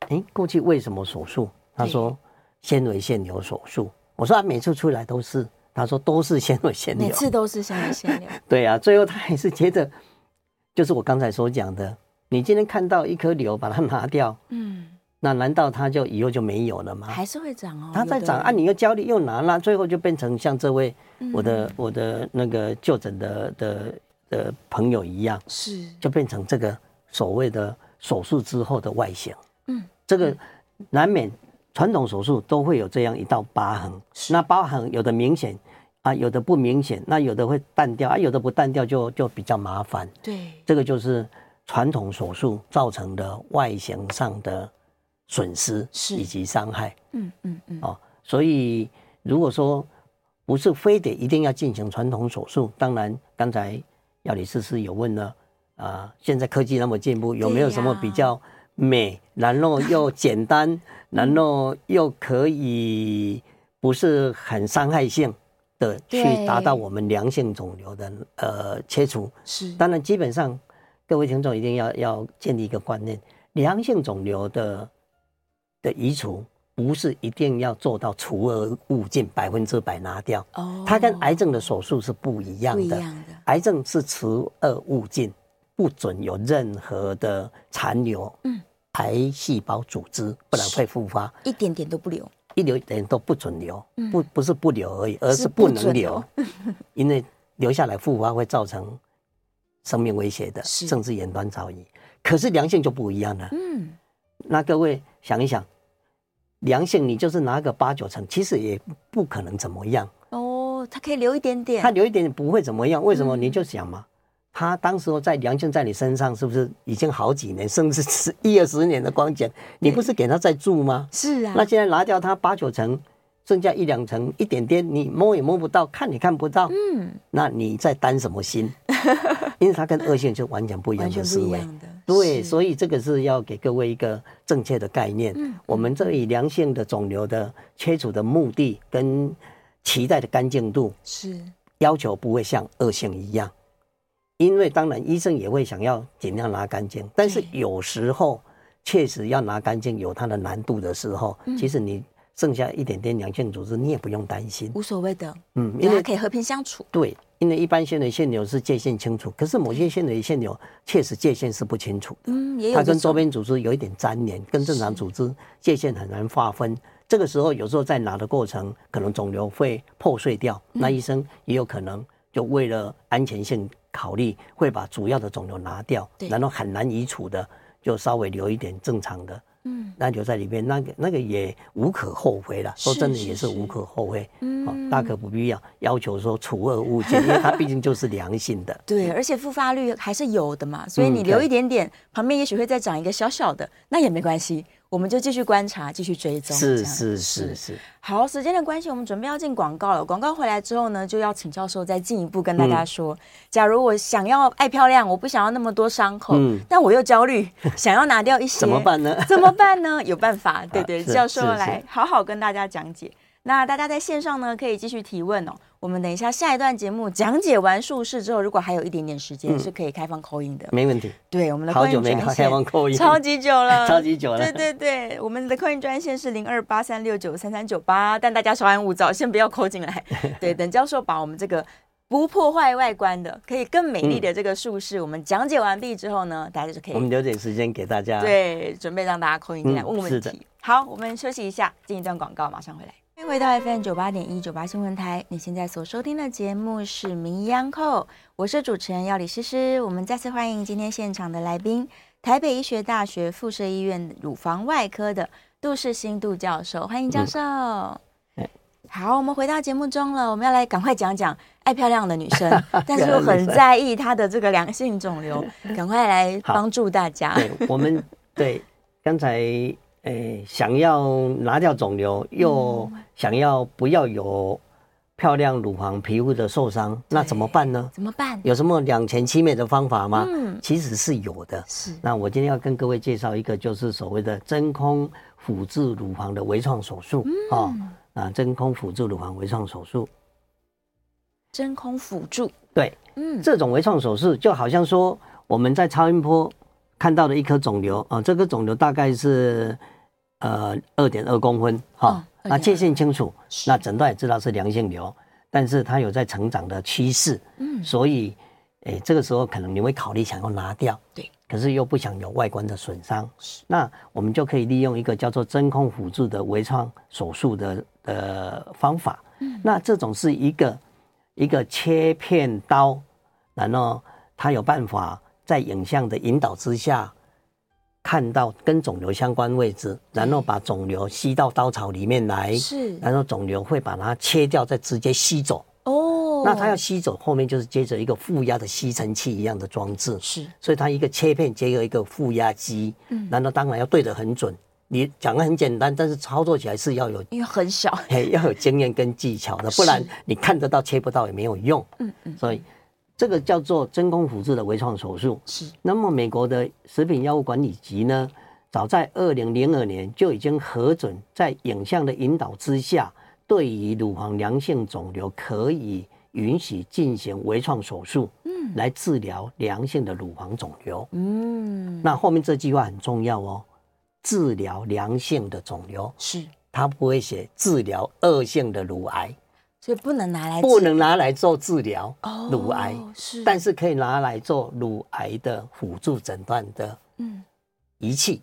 [SPEAKER 2] 哎，过去为什么手术？他说纤维腺瘤手术。我说他啊每次出来都是，他说都是纤维腺瘤
[SPEAKER 1] 每。次都是纤维腺瘤，
[SPEAKER 2] [laughs] 对啊，最后他还是觉得，就是我刚才所讲的，你今天看到一颗瘤，把它拿掉，
[SPEAKER 1] 嗯，
[SPEAKER 2] 那难道它就以后就没有了吗？
[SPEAKER 1] 还是会长哦。
[SPEAKER 2] 它在
[SPEAKER 1] 有的
[SPEAKER 2] 长，
[SPEAKER 1] 人
[SPEAKER 2] 啊，你又焦虑又拿了，最后就变成像这位
[SPEAKER 1] 嗯
[SPEAKER 2] 我的、我的那个就诊的的的朋友一样，
[SPEAKER 1] 是
[SPEAKER 2] 就变成这个所谓的手术之后的外形。
[SPEAKER 1] 嗯，
[SPEAKER 2] 这个难免传统手术都会有这样一道疤痕，那疤痕有的明显啊，有的不明显，那有的会淡掉啊，有的不淡掉就就比较麻烦。
[SPEAKER 1] 对，
[SPEAKER 2] 这个就是传统手术造成的外形上的损失
[SPEAKER 1] 是
[SPEAKER 2] 以及伤害
[SPEAKER 1] 嗯嗯嗯，
[SPEAKER 2] 哦。所以如果说不是非得一定要进行传统手术，当然刚才药理师师有问了啊、现在科技那么进步，有没有什么比较美，然后
[SPEAKER 1] [laughs]
[SPEAKER 2] 又简单，然后又可以不是很伤害性的去
[SPEAKER 1] 对
[SPEAKER 2] 达到我们良性肿瘤的呃切除？
[SPEAKER 1] 是
[SPEAKER 2] 当然，基本上各位听众一定要要建立一个观念：良性肿瘤的的移除，不是一定要做到除恶务尽，百分之百拿掉。
[SPEAKER 1] 哦，
[SPEAKER 2] 它跟癌症的手术是不一样
[SPEAKER 1] 不一
[SPEAKER 2] 的。
[SPEAKER 1] 样的，
[SPEAKER 2] 癌症是除恶务尽，不准有任何的残留，
[SPEAKER 1] 嗯，
[SPEAKER 2] 癌细胞组织，不然会复发。
[SPEAKER 1] 一点点都不留。
[SPEAKER 2] 一留一点都不准留，不不是不留而已，而嗯是不能留， [laughs] 因为留下来复发会造成生命威胁的，
[SPEAKER 1] 是
[SPEAKER 2] 甚至远端早移。可是良性就不一样了。
[SPEAKER 1] 嗯，
[SPEAKER 2] 那各位想一想，良性你就是拿个八九成，其实也不可能怎么样，
[SPEAKER 1] 哦，它可以留一点点
[SPEAKER 2] 它。留一点不会怎么样。为什么？你就想嘛，它当时候在良性在你身上是不是已经好几年，甚至是一二十年的光景？你不是给它在住吗？
[SPEAKER 1] 是啊，
[SPEAKER 2] 那现在拿掉它八九成，剩下一两成，一点点你摸也摸不到，看也看不到，
[SPEAKER 1] 嗯，
[SPEAKER 2] 那你在担什么心？
[SPEAKER 1] [laughs]
[SPEAKER 2] 因为它跟恶性就完全不一
[SPEAKER 1] 完
[SPEAKER 2] 样
[SPEAKER 1] 全
[SPEAKER 2] 的
[SPEAKER 1] 不
[SPEAKER 2] 思
[SPEAKER 1] 一
[SPEAKER 2] 维。
[SPEAKER 1] 样的。
[SPEAKER 2] 对，
[SPEAKER 1] 嗯是
[SPEAKER 2] 所以这个是要给各位一个正确的概念。
[SPEAKER 1] 嗯
[SPEAKER 2] 我们这里良性的肿瘤的切除的目的跟脐带的干净度
[SPEAKER 1] 是
[SPEAKER 2] 要求不会像恶性一样，因为当然医生也会想要尽量拿干净，但是
[SPEAKER 1] 对
[SPEAKER 2] 有时候确实要拿干净有它的难度的时候，
[SPEAKER 1] 嗯
[SPEAKER 2] 其实你剩下一点点良性组织，你也不用担心。
[SPEAKER 1] 无所谓的，
[SPEAKER 2] 嗯，因
[SPEAKER 1] 因为
[SPEAKER 2] 为
[SPEAKER 1] 可以和平相处。
[SPEAKER 2] 对，因为一般腺瘤腺瘤是界限清楚，可是某些腺瘤腺瘤确实界限是不清楚的，
[SPEAKER 1] 嗯，也有
[SPEAKER 2] 它跟
[SPEAKER 1] 这
[SPEAKER 2] 周
[SPEAKER 1] 种
[SPEAKER 2] 边组织有一点粘连，跟正常
[SPEAKER 1] 是
[SPEAKER 2] 组织界限很难划分。这个时候有时候在拿的过程，可能肿瘤会破碎掉，
[SPEAKER 1] 嗯
[SPEAKER 2] 那医生也有可能就为了安全性考虑，会把主要的肿瘤拿掉
[SPEAKER 1] 对，
[SPEAKER 2] 然后很难移除的就稍微留一点正常的。
[SPEAKER 1] 嗯，
[SPEAKER 2] 那留在里面，那个那个也无可厚非了。说
[SPEAKER 1] 是
[SPEAKER 2] 真的，
[SPEAKER 1] 是
[SPEAKER 2] 也是无
[SPEAKER 1] 是。
[SPEAKER 2] 可厚非。嗯，大可不必要要求说除恶务尽，因为它毕竟就是良性的
[SPEAKER 1] 对，而且复发率还是有的嘛，所以
[SPEAKER 2] 嗯
[SPEAKER 1] 你留
[SPEAKER 2] 对
[SPEAKER 1] 一点点，旁边也许会再长一个小小的，那也没关系，我们就继续观察，继续追踪。这
[SPEAKER 2] 是
[SPEAKER 1] 样
[SPEAKER 2] 是是是。
[SPEAKER 1] 好，时间的关系，我们准备要进广告了。广告回来之后呢，就要请教授再进一步跟大
[SPEAKER 2] 嗯
[SPEAKER 1] 家说，假如我想要爱漂亮，我不想要那么多伤口，
[SPEAKER 2] 嗯
[SPEAKER 1] 但我又焦虑，想要拿掉一些，
[SPEAKER 2] [laughs] 怎么？办呢？
[SPEAKER 1] [laughs]
[SPEAKER 2] 啊
[SPEAKER 1] 怎么办呢？有办法，对对，
[SPEAKER 2] 是
[SPEAKER 1] 教授
[SPEAKER 2] 是
[SPEAKER 1] 来
[SPEAKER 2] 是
[SPEAKER 1] 好好跟大家讲解。那大家在线上呢，可以继续提问哦。我们等一下下一段节目讲解完术式之后，如果还有一点点时间，
[SPEAKER 2] 嗯
[SPEAKER 1] 是可以开放口音的。
[SPEAKER 2] 没问题。
[SPEAKER 1] 对，我们的
[SPEAKER 2] 好
[SPEAKER 1] 扣
[SPEAKER 2] 久
[SPEAKER 1] 印
[SPEAKER 2] 没
[SPEAKER 1] 专
[SPEAKER 2] 开
[SPEAKER 1] 线
[SPEAKER 2] 开放扣音，
[SPEAKER 1] 超级久了，
[SPEAKER 2] [laughs] 超级久了
[SPEAKER 1] 对对对，我们的扣印专线是零二八三六九三三九八，但大家稍安勿躁，先不要扣进
[SPEAKER 2] [laughs]
[SPEAKER 1] 来。对，等教授把我们这个不破坏外观的，可以更美丽
[SPEAKER 2] 嗯
[SPEAKER 1] 的这个术式，我们讲解完毕之后呢，大家就可
[SPEAKER 2] 我们
[SPEAKER 1] 以
[SPEAKER 2] 留点时间给大家。，
[SPEAKER 1] 对准备让大家扣印进来
[SPEAKER 2] 嗯
[SPEAKER 1] 问问
[SPEAKER 2] 是的嗯
[SPEAKER 1] 题。好，我们休息一下，进一段广告，马上回来。欢迎回到 FM 九八点一九八新闻台，你现在所收听的节目是《名医央叩》，我是主持人药理诗诗。我们再次欢迎今天现场的来宾，台北医学大学附设医院乳房外科的杜世新杜教授，欢迎教
[SPEAKER 2] [laughs]
[SPEAKER 1] 授。
[SPEAKER 2] 哎
[SPEAKER 1] 好，我们回到节目中了，我们要来赶快讲讲爱漂亮的女
[SPEAKER 2] [laughs]
[SPEAKER 1] 生，但是又很在意她的这个良性肿瘤，赶快来帮助大家。
[SPEAKER 2] 对我
[SPEAKER 1] [laughs]
[SPEAKER 2] 们对刚才诶、呃想要拿掉肿瘤，又
[SPEAKER 1] 嗯
[SPEAKER 2] 想要不要有漂亮乳房皮肤的受伤，那怎么办呢？
[SPEAKER 1] 怎么办？
[SPEAKER 2] 有什么两全其美的方法吗？
[SPEAKER 1] 嗯
[SPEAKER 2] 其实是有的。
[SPEAKER 1] 是
[SPEAKER 2] 那我今天要跟各位介绍一个，就是所谓的真空辅助乳房的微创手术、
[SPEAKER 1] 嗯
[SPEAKER 2] 哦。啊，真空辅助乳房微创手术，
[SPEAKER 1] 真空辅助，
[SPEAKER 2] 对，
[SPEAKER 1] 嗯，
[SPEAKER 2] 这种微创手术就好像说我们在超音波看到的一颗肿瘤啊、这个肿瘤大概是呃二点二公分哈、
[SPEAKER 1] 哦
[SPEAKER 2] 那
[SPEAKER 1] 2.2
[SPEAKER 2] 界限清楚，
[SPEAKER 1] 是
[SPEAKER 2] 那诊断也知道是良性瘤，但是它有在成长的趋势，
[SPEAKER 1] 嗯
[SPEAKER 2] 所以诶这个时候可能你会考虑想要拿掉，
[SPEAKER 1] 对，
[SPEAKER 2] 可是又不想有外观的损伤，那我们就可以利用一个叫做真空辅助的微创手术的呃方法。
[SPEAKER 1] 嗯
[SPEAKER 2] 那这种是一个一个切片刀，然后它有办法在影像的引导之下，看到跟肿瘤相关位置，然后把肿瘤吸到刀槽里面来，
[SPEAKER 1] 是
[SPEAKER 2] 然后肿瘤会把它切掉，再直接吸走。
[SPEAKER 1] 哦，
[SPEAKER 2] 那它要吸走，后面就是接着一个负压的吸尘器一样的装置，
[SPEAKER 1] 是
[SPEAKER 2] 所以它一个切片结合一个负压机，然后当然要对得很准。你讲的很简单，但是操作起来是要有
[SPEAKER 1] 因为很小，
[SPEAKER 2] 嘿，要有经验跟技巧的，不然你看得到切不到也没有用。嗯嗯，所以这个叫做真空辅助的微创手术。
[SPEAKER 1] 是
[SPEAKER 2] 那么美国的食品药物管理局呢，早在二零零二年就已经核准，在影像的引导之下，对于乳房良性肿瘤可以允许进行微创手术，嗯，来治疗良性的乳房肿瘤。
[SPEAKER 1] 嗯，
[SPEAKER 2] 那后面这句话很重要哦，治疗良性的肿瘤。
[SPEAKER 1] 是，
[SPEAKER 2] 它不会写治疗恶性的乳癌，
[SPEAKER 1] 所以不能拿来
[SPEAKER 2] 不
[SPEAKER 1] 治
[SPEAKER 2] 能拿来做治疗
[SPEAKER 1] 哦
[SPEAKER 2] 乳癌，
[SPEAKER 1] 是，
[SPEAKER 2] 但是可以拿来做乳癌的辅助诊断的
[SPEAKER 1] 嗯
[SPEAKER 2] 仪器。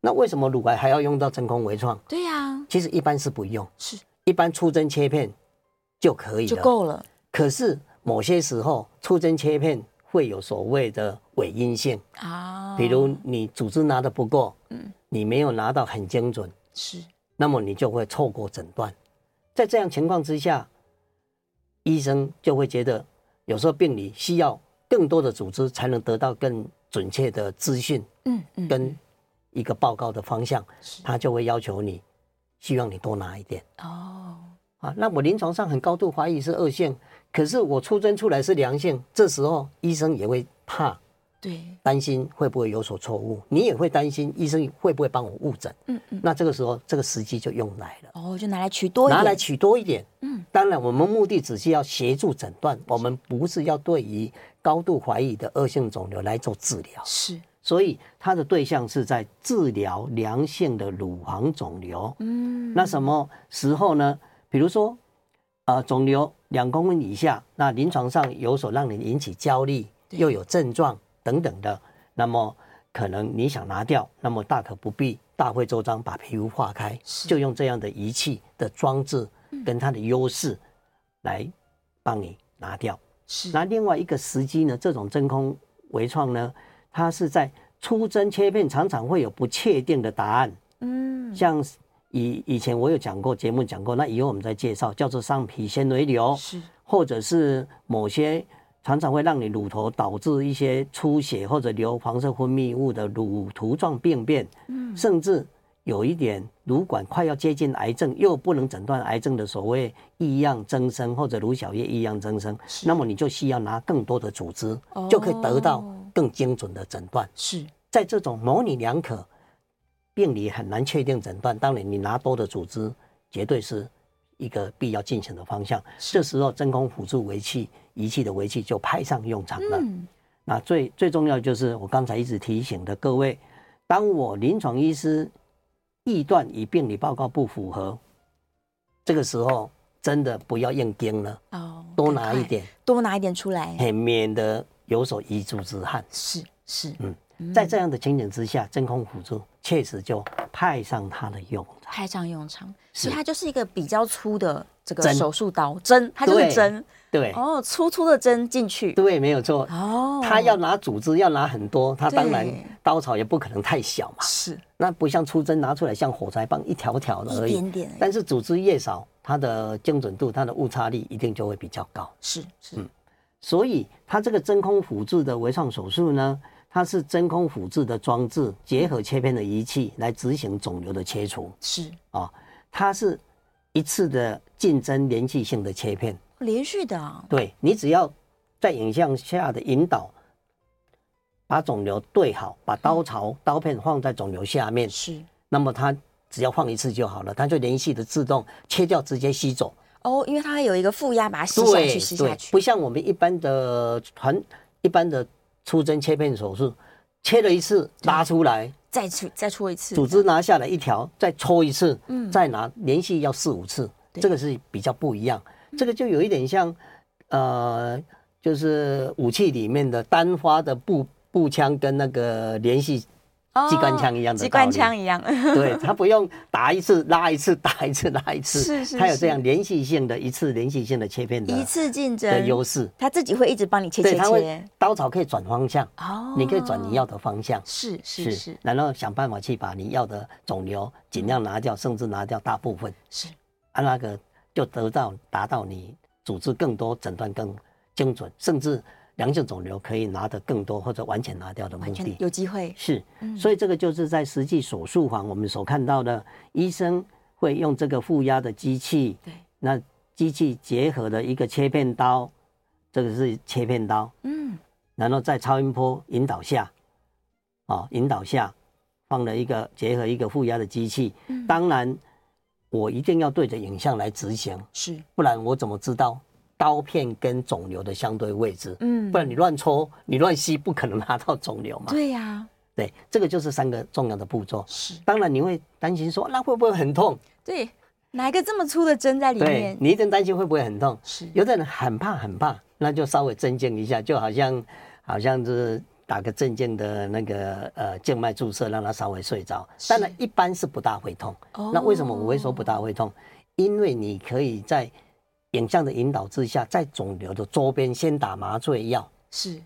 [SPEAKER 2] 那为什么乳癌还要用到真空微创？
[SPEAKER 1] 对呀，
[SPEAKER 2] 其实一般是不用，
[SPEAKER 1] 嗯是
[SPEAKER 2] 一般出针切片就可以
[SPEAKER 1] 就
[SPEAKER 2] 了。
[SPEAKER 1] 够了。
[SPEAKER 2] 可是某些时候出针切片会有所谓的伪阴性，
[SPEAKER 1] 啊，
[SPEAKER 2] 比如你组织拿的不够，
[SPEAKER 1] 嗯
[SPEAKER 2] 你没有拿到很精准，
[SPEAKER 1] 是
[SPEAKER 2] 那么你就会错过诊断。在这样情况之下，医生就会觉得有时候病理需要更多的组织才能得到更准确的资讯
[SPEAKER 1] 嗯嗯，
[SPEAKER 2] 跟一个报告的方向，
[SPEAKER 1] 是
[SPEAKER 2] 他就会要求你，希望你多拿一点
[SPEAKER 1] 哦，
[SPEAKER 2] 啊。那我临床上很高度怀疑是恶性，可是我出针出来是良性，这时候医生也会怕
[SPEAKER 1] 对，
[SPEAKER 2] 担心会不会有所错误，你也会担心医生会不会帮我误诊。
[SPEAKER 1] 嗯嗯，
[SPEAKER 2] 那这个时候，这个时机就用来了。
[SPEAKER 1] 哦，就拿来取多一
[SPEAKER 2] 拿来
[SPEAKER 1] 点，
[SPEAKER 2] 取多一点。
[SPEAKER 1] 嗯
[SPEAKER 2] 嗯，当然，我们目的只是要协助诊断，我们不是要对于高度怀疑的恶性肿瘤来做治疗。
[SPEAKER 1] 是，
[SPEAKER 2] 所以，它的对象是在治疗良性的乳房肿瘤。
[SPEAKER 1] 嗯，
[SPEAKER 2] 那什么时候呢？比如说，呃，肿瘤两公分以下，那临床上有所让你引起焦虑，
[SPEAKER 1] 对
[SPEAKER 2] 又有症状等等的，那么可能你想拿掉，那么大可不必大费周章把皮肤化开，
[SPEAKER 1] 是
[SPEAKER 2] 就用这样的仪器的装置跟它的优势来帮你拿掉。
[SPEAKER 1] 是
[SPEAKER 2] 那另外一个时机呢，这种真空微创呢，它是在出针切片常常会有不确定的答案。
[SPEAKER 1] 嗯
[SPEAKER 2] 像以以前我有讲过，节目讲过，那以后我们再介绍，叫做上皮纤维瘤，
[SPEAKER 1] 是
[SPEAKER 2] 或者是某些常常会让你乳头导致一些出血或者流黄色分泌物的乳突状病变，
[SPEAKER 1] 嗯
[SPEAKER 2] 甚至有一点乳管快要接近癌症，又不能诊断癌症的所谓异样增生或者乳小叶异样增生，
[SPEAKER 1] 是
[SPEAKER 2] 那么你就需要拿更多的组织，就可以得到
[SPEAKER 1] 哦
[SPEAKER 2] 更精准的诊断。
[SPEAKER 1] 是
[SPEAKER 2] 在这种模棱两可、病理很难确定诊断，当然你拿多的组织绝对是一个必要进行的方向。这时候真空辅助仪器仪器的仪器就派上用场了。
[SPEAKER 1] 嗯
[SPEAKER 2] 那最最重要就是我刚才一直提醒的各位，当我临床医师臆断与病理报告不符合，这个时候真的不要硬盯了，
[SPEAKER 1] 哦，
[SPEAKER 2] 多
[SPEAKER 1] 赶
[SPEAKER 2] 拿一
[SPEAKER 1] 快，
[SPEAKER 2] 点，
[SPEAKER 1] 多拿一点出来，
[SPEAKER 2] 嘿，免得有所遗珠之憾。
[SPEAKER 1] 是是，
[SPEAKER 2] 嗯在这样的情景之下，真空辅助确实就派上它的用场。
[SPEAKER 1] 派上用场，所以
[SPEAKER 2] 是
[SPEAKER 1] 它就是一个比较粗的这个
[SPEAKER 2] 针
[SPEAKER 1] 手术刀针，它就是
[SPEAKER 2] 对
[SPEAKER 1] 针
[SPEAKER 2] 对、
[SPEAKER 1] 哦，粗粗的针进去
[SPEAKER 2] 对，没有错。
[SPEAKER 1] 哦，
[SPEAKER 2] 他要拿组织，要拿很多，他当然
[SPEAKER 1] 对
[SPEAKER 2] 刀槽也不可能太小嘛。
[SPEAKER 1] 是
[SPEAKER 2] 那不像出针拿出来像火柴棒一条条的而
[SPEAKER 1] 一
[SPEAKER 2] 已。
[SPEAKER 1] 点点而已，
[SPEAKER 2] 但是组织越少，它的精准度、它的误差率一定就会比较高。
[SPEAKER 1] 是
[SPEAKER 2] 嗯
[SPEAKER 1] 是
[SPEAKER 2] 所以，它这个真空辅助的微创手术呢，它是真空辅助的装置，结合切片的仪器来执行肿瘤的切除
[SPEAKER 1] 是
[SPEAKER 2] 啊、它是一次的竞争连续性的切片，
[SPEAKER 1] 连续的啊，
[SPEAKER 2] 对你只要在影像下的引导，把肿瘤对好，把刀
[SPEAKER 1] 嗯
[SPEAKER 2] 槽、刀片放在肿瘤下面，
[SPEAKER 1] 是
[SPEAKER 2] 那么它只要放一次就好了，它就连续的自动切掉，直接吸走。
[SPEAKER 1] 哦，因为它会有一个负压把它吸下
[SPEAKER 2] 对
[SPEAKER 1] 去，吸下
[SPEAKER 2] 对，
[SPEAKER 1] 去
[SPEAKER 2] 不，像我们一般的传一般的出针切片手术，切了一次拉出来，
[SPEAKER 1] 再出再戳一次，
[SPEAKER 2] 组
[SPEAKER 1] 这
[SPEAKER 2] 织
[SPEAKER 1] 样
[SPEAKER 2] 拿下来一条，再抽一次，
[SPEAKER 1] 嗯
[SPEAKER 2] 再拿连续要四五次，
[SPEAKER 1] 对嗯
[SPEAKER 2] 这个是比较不一样。这个就有一点像，呃，就是武器里面的单发的步步枪跟那个
[SPEAKER 1] [laughs]
[SPEAKER 2] 连续，
[SPEAKER 1] 哦
[SPEAKER 2] 机关枪一样的
[SPEAKER 1] 机关
[SPEAKER 2] 道理
[SPEAKER 1] 枪一样，
[SPEAKER 2] 对，它不用打一次拉一次，打一次拉一次，
[SPEAKER 1] 是是
[SPEAKER 2] 它有
[SPEAKER 1] 是
[SPEAKER 2] 这样连续性的一次连续性的切片
[SPEAKER 1] 一
[SPEAKER 2] 的
[SPEAKER 1] 次竞
[SPEAKER 2] 的
[SPEAKER 1] 争
[SPEAKER 2] 优势。
[SPEAKER 1] 它自己会一直帮你切
[SPEAKER 2] 对，
[SPEAKER 1] 切
[SPEAKER 2] 它会
[SPEAKER 1] 切，
[SPEAKER 2] 刀槽可以转方向，
[SPEAKER 1] 哦
[SPEAKER 2] 你可以转你要的方向，
[SPEAKER 1] 是是是嗯
[SPEAKER 2] 然后想办法去把你要的肿瘤尽量拿掉，甚至拿掉大部分，
[SPEAKER 1] 是
[SPEAKER 2] 啊，那个就得到达到你组织更多、诊断更精准，甚至良性肿瘤可以拿得更多或者完全拿掉的目
[SPEAKER 1] 完全嗯
[SPEAKER 2] 的。
[SPEAKER 1] 有机会，
[SPEAKER 2] 是，所以这个就是在实际手术房我们所看到的，医生会用这个负压的机器，
[SPEAKER 1] 对，
[SPEAKER 2] 那机器结合了一个切片刀，这个是切片刀，
[SPEAKER 1] 嗯
[SPEAKER 2] 然后在超音波引导下，哦，引导下放了一个结合一个负压的机器。
[SPEAKER 1] 嗯
[SPEAKER 2] 当然，我一定要对着影像来执行，
[SPEAKER 1] 是
[SPEAKER 2] 不然我怎么知道刀片跟肿瘤的相对位置？
[SPEAKER 1] 嗯
[SPEAKER 2] 不然你乱抽，你乱吸，不可能拿到肿瘤嘛。
[SPEAKER 1] 对呀
[SPEAKER 2] 对，这个就是三个重要的步骤。
[SPEAKER 1] 是
[SPEAKER 2] 当然你会担心说，那会不会很痛？
[SPEAKER 1] 对，哪一个这么粗的针在里
[SPEAKER 2] 对
[SPEAKER 1] 面
[SPEAKER 2] 你一定担心会不会很痛。
[SPEAKER 1] 是
[SPEAKER 2] 有的人很怕很怕，那就稍微镇静一下，就好像好像是打个镇静的那个呃静脉注射，让他稍微睡着。当然一般是不大会痛。
[SPEAKER 1] 哦
[SPEAKER 2] 那为什么我会说不大会痛？因为你可以在影像的引导之下，在肿瘤的周边先打麻醉药，
[SPEAKER 1] 是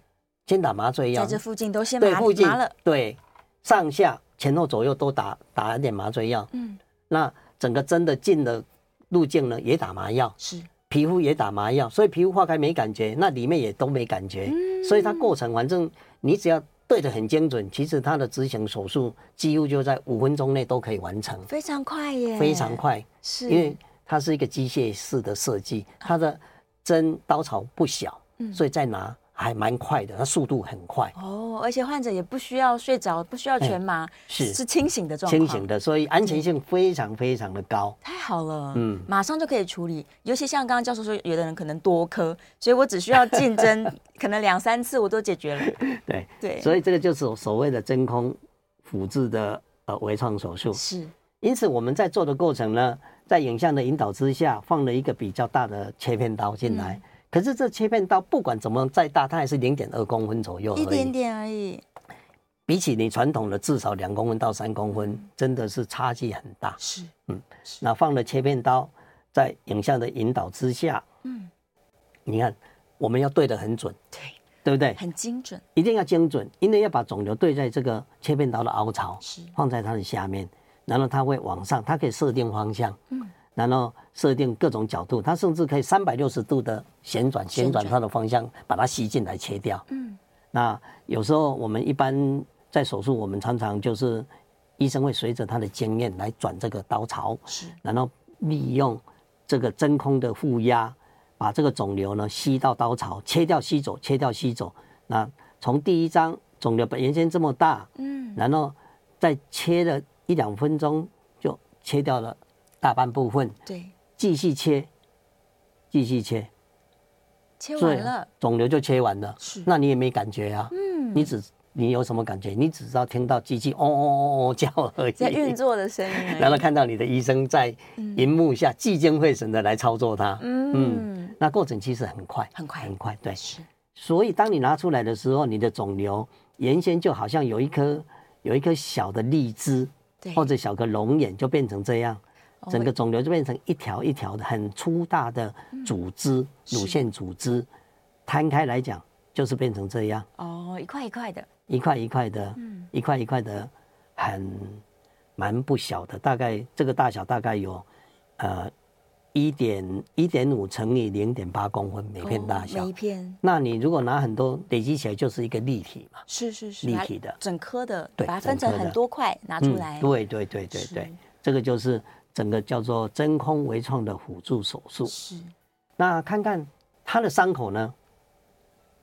[SPEAKER 2] 先打麻醉
[SPEAKER 1] 在
[SPEAKER 2] 药，
[SPEAKER 1] 这附近都先
[SPEAKER 2] 对
[SPEAKER 1] 麻
[SPEAKER 2] 附近
[SPEAKER 1] 麻了，
[SPEAKER 2] 对上下前后左右都打打一点麻醉药。
[SPEAKER 1] 嗯，
[SPEAKER 2] 那整个针的进的路径呢也打麻药，
[SPEAKER 1] 是
[SPEAKER 2] 皮肤也打麻药，所以皮肤化开没感觉，那里面也都没感觉，
[SPEAKER 1] 嗯
[SPEAKER 2] 所以它过程反正你只要对的很精准，其实它的执行手术几乎就在五分钟内都可以完成，
[SPEAKER 1] 非常快耶，
[SPEAKER 2] 非常，快，
[SPEAKER 1] 是
[SPEAKER 2] 因为它是一个机械式的设计，它的针刀槽不小，
[SPEAKER 1] 嗯
[SPEAKER 2] 所以再拿还蛮快的，它速度很快，
[SPEAKER 1] 哦，而且患者也不需要睡着，不需要全麻，
[SPEAKER 2] 哎是
[SPEAKER 1] 是清醒的状况，
[SPEAKER 2] 清醒的，所以安全性非常非常的高。
[SPEAKER 1] 太好了，嗯
[SPEAKER 2] 嗯，
[SPEAKER 1] 马上就可以处理。尤其像刚刚教授说，有的人可能多颗，所以我只需要竞争
[SPEAKER 2] [laughs]
[SPEAKER 1] 可能两三次我都解决了。
[SPEAKER 2] 对，
[SPEAKER 1] 对，
[SPEAKER 2] 所以这个就是所所谓的真空辅治的呃微创手术。
[SPEAKER 1] 是
[SPEAKER 2] 因此我们在做的过程呢，在影像的引导之下，放了一个比较大的切片刀进来。
[SPEAKER 1] 嗯
[SPEAKER 2] 可是这切片刀不管怎么再大，它还是零点二公分左右而已。
[SPEAKER 1] 一点点而已，
[SPEAKER 2] 比起你传统的至少两公分到三公分，真的是差距很大。
[SPEAKER 1] 是
[SPEAKER 2] 那放了切片刀，在影像的引导之下，嗯，你看我们要对得很准，
[SPEAKER 1] 对，
[SPEAKER 2] 对不对？
[SPEAKER 1] 很精准，
[SPEAKER 2] 一定要精准，因为要把肿瘤对在这个切片刀的凹槽，
[SPEAKER 1] 是
[SPEAKER 2] 放在它的下面，然后它会往上，它可以设定方向，嗯，然后设定各种角度，它甚至可以三百六十度的旋转，
[SPEAKER 1] 旋
[SPEAKER 2] 旋转
[SPEAKER 1] 转
[SPEAKER 2] 它的方向，把它吸进来切掉，嗯，那有时候我们一般在手术，我们常常就是医生会随着他的经验来转这个刀槽，
[SPEAKER 1] 是
[SPEAKER 2] 然后利用这个真空的负压，把这个肿瘤呢吸到刀槽，切掉吸走，切掉吸走。那从第一张肿瘤本原先这么大，嗯，然后再切了一两分钟就切掉了大半部分，
[SPEAKER 1] 对，
[SPEAKER 2] 继续切，继续切，
[SPEAKER 1] 切
[SPEAKER 2] 所
[SPEAKER 1] 完
[SPEAKER 2] 以
[SPEAKER 1] 了，
[SPEAKER 2] 肿瘤就切完了，
[SPEAKER 1] 是
[SPEAKER 2] 那你也没感觉啊，嗯，你只你有什么感觉？你只知道听到机器哦哦哦哦叫而已，
[SPEAKER 1] 在运作的声音
[SPEAKER 2] 然
[SPEAKER 1] 而
[SPEAKER 2] 后
[SPEAKER 1] 已，
[SPEAKER 2] 看到你的医生在荧幕下聚精会神的来操作它，
[SPEAKER 1] 嗯，
[SPEAKER 2] 那过程其实很快，
[SPEAKER 1] 很快
[SPEAKER 2] 很快，对。
[SPEAKER 1] 是
[SPEAKER 2] 所以当你拿出来的时候，你的肿瘤原先就好像有一颗有一颗小的荔枝
[SPEAKER 1] 对，
[SPEAKER 2] 或者小个龙眼，就变成这样，
[SPEAKER 1] 哦
[SPEAKER 2] 整个肿瘤就变成一条一条的很粗大的组织，
[SPEAKER 1] 嗯
[SPEAKER 2] 乳腺组织摊开来讲，就是变成这样，
[SPEAKER 1] 哦，一块一块的，
[SPEAKER 2] 一块一块的，
[SPEAKER 1] 嗯
[SPEAKER 2] 一块一块的，很蛮不小的，大概这个大小大概有呃一点一点五乘以零点八公分每片大
[SPEAKER 1] 哦
[SPEAKER 2] 小
[SPEAKER 1] 每一。片
[SPEAKER 2] 那你如果拿很多累积起来，就是一个立体嘛。
[SPEAKER 1] 是是是，
[SPEAKER 2] 立
[SPEAKER 1] 把
[SPEAKER 2] 体的
[SPEAKER 1] 整颗的，
[SPEAKER 2] 对
[SPEAKER 1] 把它分成
[SPEAKER 2] 整颗的
[SPEAKER 1] 很多块拿出来，
[SPEAKER 2] 嗯对对对对
[SPEAKER 1] 是
[SPEAKER 2] 对，这个就是整个叫做真空微创的辅助手术。
[SPEAKER 1] 是
[SPEAKER 2] 那看看他的伤口呢？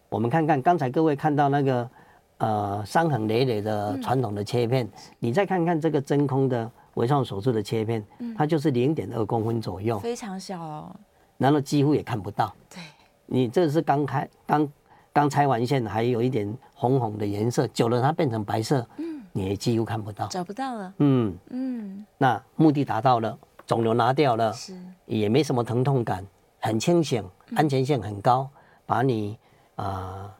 [SPEAKER 2] 我们看看刚才各位看到那个呃伤痕累累的传统的切片，你再看看这个真空的微创手术的切片，它就是零点二公分左右，
[SPEAKER 1] 非常小哦，
[SPEAKER 2] 然后几乎也看不到。
[SPEAKER 1] 对，
[SPEAKER 2] 你这是刚开刚刚拆完线，还有一点红红的颜色，久了它变成白色，你也几乎看不到。
[SPEAKER 1] 找不到了，
[SPEAKER 2] 嗯，
[SPEAKER 1] 嗯，
[SPEAKER 2] 那目的达到了，肿瘤拿掉了，
[SPEAKER 1] 是
[SPEAKER 2] 也没什么疼痛感，很清醒，安全性很高，把你啊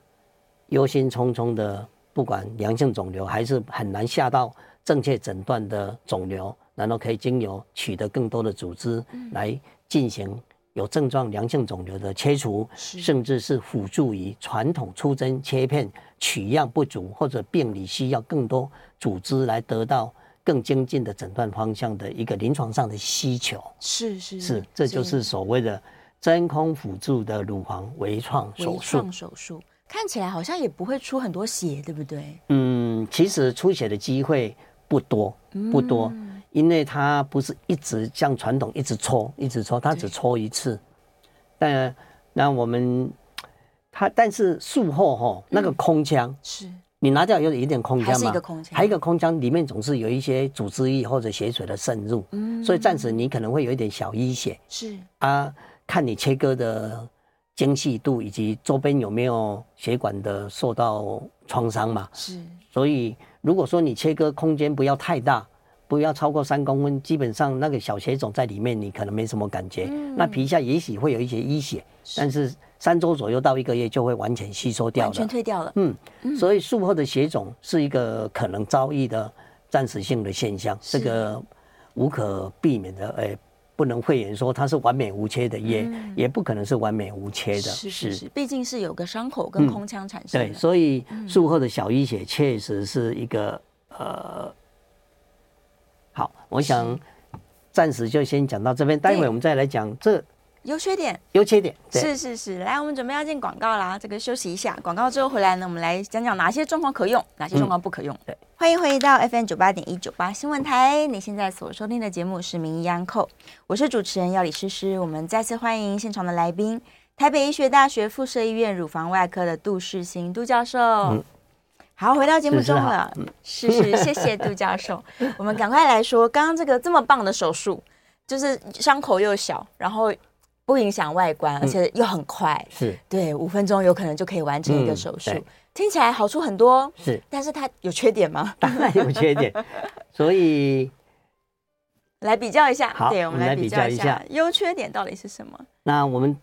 [SPEAKER 2] 忧、心忡忡的，不管良性肿瘤还是很难下到正确诊断的肿瘤，然后可以经由取得更多的组织来进行有症状良性肿瘤的切除，
[SPEAKER 1] 是
[SPEAKER 2] 甚至是辅助于传统出针切片取样不足或者病理需要更多组织来得到。更精进的诊断方向的一个临床上的需求，
[SPEAKER 1] 是嗯是
[SPEAKER 2] 是，这就
[SPEAKER 1] 所以
[SPEAKER 2] 是所谓的真空辅助的乳房微创手
[SPEAKER 1] 微
[SPEAKER 2] 术
[SPEAKER 1] 创。手术，看起来好像也不会出很多血，对不对？
[SPEAKER 2] 嗯，其实出血的机会不多，不
[SPEAKER 1] 嗯
[SPEAKER 2] 多，因为它不是一直像传统一直抽，一直抽，它只抽一次。但那我们它，但是术后哈、那
[SPEAKER 1] 嗯
[SPEAKER 2] 个空腔，
[SPEAKER 1] 是
[SPEAKER 2] 你拿掉有一点空腔嘛，
[SPEAKER 1] 还是一个空腔
[SPEAKER 2] 还有一个空腔里面总是有一些组织液或者血水的渗入，
[SPEAKER 1] 嗯
[SPEAKER 2] 所以暂时你可能会有一点小淤血。
[SPEAKER 1] 是
[SPEAKER 2] 啊，看你切割的精细度以及周边有没有血管的受到创伤嘛。
[SPEAKER 1] 是
[SPEAKER 2] 所以如果说你切割空间不要太大，不要超过三公分，基本上
[SPEAKER 1] 嗯
[SPEAKER 2] 那个小血肿在里面，你可能没什么感觉。那皮下也许会有一些淤血，但是三周左右到一个月就会完全吸收掉
[SPEAKER 1] 完全
[SPEAKER 2] 了。
[SPEAKER 1] 退掉了。
[SPEAKER 2] 嗯，所以术后的血肿是一个可能遭遇的暂时性的现象，这个无可避免的，哎，不能讳言说它是完美无缺的，也、也不可能是完美无缺
[SPEAKER 1] 嗯
[SPEAKER 2] 的，嗯
[SPEAKER 1] 是是是，毕竟是有个伤口跟空腔产生
[SPEAKER 2] 对，
[SPEAKER 1] 的。
[SPEAKER 2] 所以
[SPEAKER 1] 嗯
[SPEAKER 2] 术后的小淤血确实是一个呃，好，我想暂时就先讲到这边，待会我们再来讲这
[SPEAKER 1] 优缺点
[SPEAKER 2] 优缺点。对，
[SPEAKER 1] 是是是，来，我们准备要进广告啦，这个休息一下，广告之后回来呢，我们来讲讲哪些状况可用，哪些状况不可用。
[SPEAKER 2] 嗯对，
[SPEAKER 1] 欢迎回到 FM 九八点一九八新闻台，你现在所收听的节目是《名医央叩》，我是主持人药理诗诗，我们再次欢迎现场的来宾，台北医学大学附设医院乳房外科的杜世新杜教授。好，回到节目
[SPEAKER 2] 诗诗
[SPEAKER 1] 中
[SPEAKER 2] 好
[SPEAKER 1] 了，嗯是是，谢谢杜教 [laughs] 授。我们赶快来说，刚刚这个这么棒的手术，就是伤口又小，然后不影响外观，而且又很快，
[SPEAKER 2] 是
[SPEAKER 1] 对，五分钟有可能就可以完成一个
[SPEAKER 2] 嗯
[SPEAKER 1] 手术，
[SPEAKER 2] 对
[SPEAKER 1] 听起来好处很多，
[SPEAKER 2] 是，
[SPEAKER 1] 但是它有缺点吗？
[SPEAKER 2] 当然有缺点，所以
[SPEAKER 1] 来比较一下，
[SPEAKER 2] 好
[SPEAKER 1] 对，我们
[SPEAKER 2] 我们
[SPEAKER 1] 来
[SPEAKER 2] 来
[SPEAKER 1] 比
[SPEAKER 2] 比
[SPEAKER 1] 较
[SPEAKER 2] 较
[SPEAKER 1] 一
[SPEAKER 2] 一
[SPEAKER 1] 下
[SPEAKER 2] 下
[SPEAKER 1] 优缺点到底是什么？
[SPEAKER 2] 那我们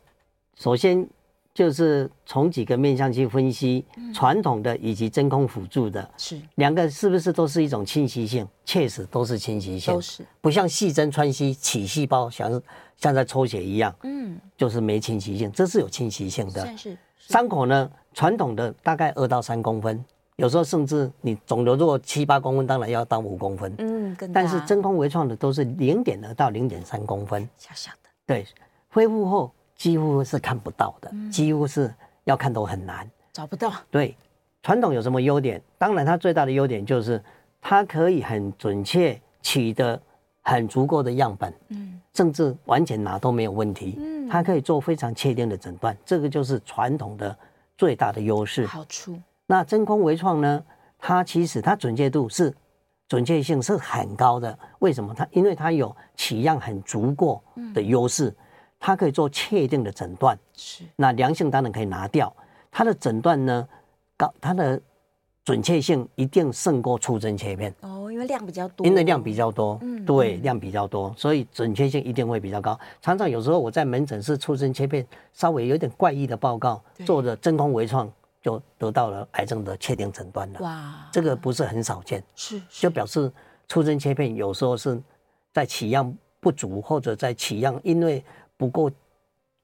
[SPEAKER 2] 首先就是从几个面向去分析
[SPEAKER 1] 嗯
[SPEAKER 2] 传统的以及真空辅助的。
[SPEAKER 1] 是，
[SPEAKER 2] 两个是不是都是一种侵袭性？确实都是侵袭性
[SPEAKER 1] 都，是，
[SPEAKER 2] 不像细针穿吸起细胞，像是像在抽血一样。
[SPEAKER 1] 嗯，
[SPEAKER 2] 就是没侵袭性，这是有侵袭性的。
[SPEAKER 1] 算是是
[SPEAKER 2] 伤口呢，传统的大概二到三公分，有时候甚至你肿瘤如果七八公分，当然要到五公分。
[SPEAKER 1] 嗯，更大
[SPEAKER 2] 但是真空微创的都是零点二到零点三公分，
[SPEAKER 1] 小小的，
[SPEAKER 2] 对，恢复后几乎是看不到的，
[SPEAKER 1] 嗯
[SPEAKER 2] 几乎是要看都很难。
[SPEAKER 1] 找不到，
[SPEAKER 2] 对，传统有什么优点？当然，它最大的优点就是它可以很准确取得很足够的样本，
[SPEAKER 1] 嗯，
[SPEAKER 2] 甚至完全拿都没有问题。
[SPEAKER 1] 嗯
[SPEAKER 2] 它可以做非常确定的诊断，这个就是传统的最大的优势。
[SPEAKER 1] 好处，
[SPEAKER 2] 那真空微创呢？它其实它准确度是准确性是很高的。为什么？它因为它有取样很足够的优势，它可以做确定的诊断。
[SPEAKER 1] 是
[SPEAKER 2] 那良性当然可以拿掉。它的诊断呢，高，它的准确性一定胜过出针切片，
[SPEAKER 1] 哦，因为量比较多，
[SPEAKER 2] 因为量比较多，
[SPEAKER 1] 嗯
[SPEAKER 2] 对，
[SPEAKER 1] 嗯
[SPEAKER 2] 量比较多，所以准确性一定会比较高。常常有时候我在门诊是出针切片，稍微有点怪异的报告，
[SPEAKER 1] 对
[SPEAKER 2] 做的真空微创就得到了癌症的确定诊断了，
[SPEAKER 1] 哇，
[SPEAKER 2] 这个不是很少见，
[SPEAKER 1] 是
[SPEAKER 2] 就是表示出针切片有时候是在取样不足，或者在取样因为不够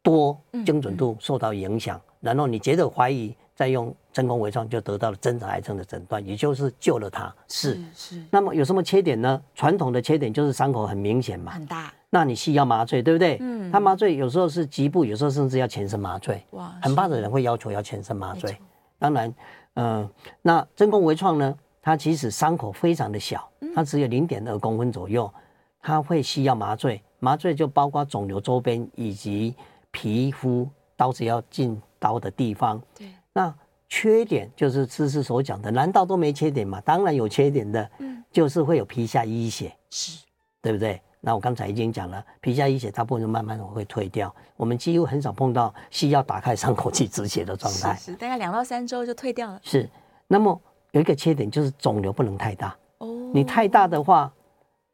[SPEAKER 2] 多
[SPEAKER 1] 嗯
[SPEAKER 2] 精准度受到影响，然后你觉得怀疑，再用真空微创就得到了真的癌症的诊断，也就是救了它。是。
[SPEAKER 1] 是
[SPEAKER 2] 那么有什么缺点呢？传统的缺点就是伤口很明显嘛，
[SPEAKER 1] 很大，
[SPEAKER 2] 那你需要麻醉，对不对？
[SPEAKER 1] 嗯
[SPEAKER 2] 它麻醉有时候是局部，有时候甚至要全身麻醉。
[SPEAKER 1] 哇，
[SPEAKER 2] 很怕
[SPEAKER 1] 是
[SPEAKER 2] 的人会要求要全身麻醉
[SPEAKER 1] 没错。
[SPEAKER 2] 当然，呃，那真空微创呢，它其实伤口非常的小，它只有零点二公分左右，它会需要麻醉，麻醉就包括肿瘤周边以及皮肤刀子要进刀的地方。
[SPEAKER 1] 对，
[SPEAKER 2] 那缺点就是知识所讲的，难道都没缺点吗？当然有缺点的，
[SPEAKER 1] 嗯
[SPEAKER 2] 就是会有皮下淤血。
[SPEAKER 1] 是
[SPEAKER 2] 对不对？那我刚才已经讲了，皮下淤血大部分慢慢地会退掉，我们几乎很少碰到需要打开伤口去止血的状态。
[SPEAKER 1] 是是，大概两到三周就退掉了，
[SPEAKER 2] 是，那么有一个缺点就是肿瘤不能太大，
[SPEAKER 1] 哦，
[SPEAKER 2] 你太大的话，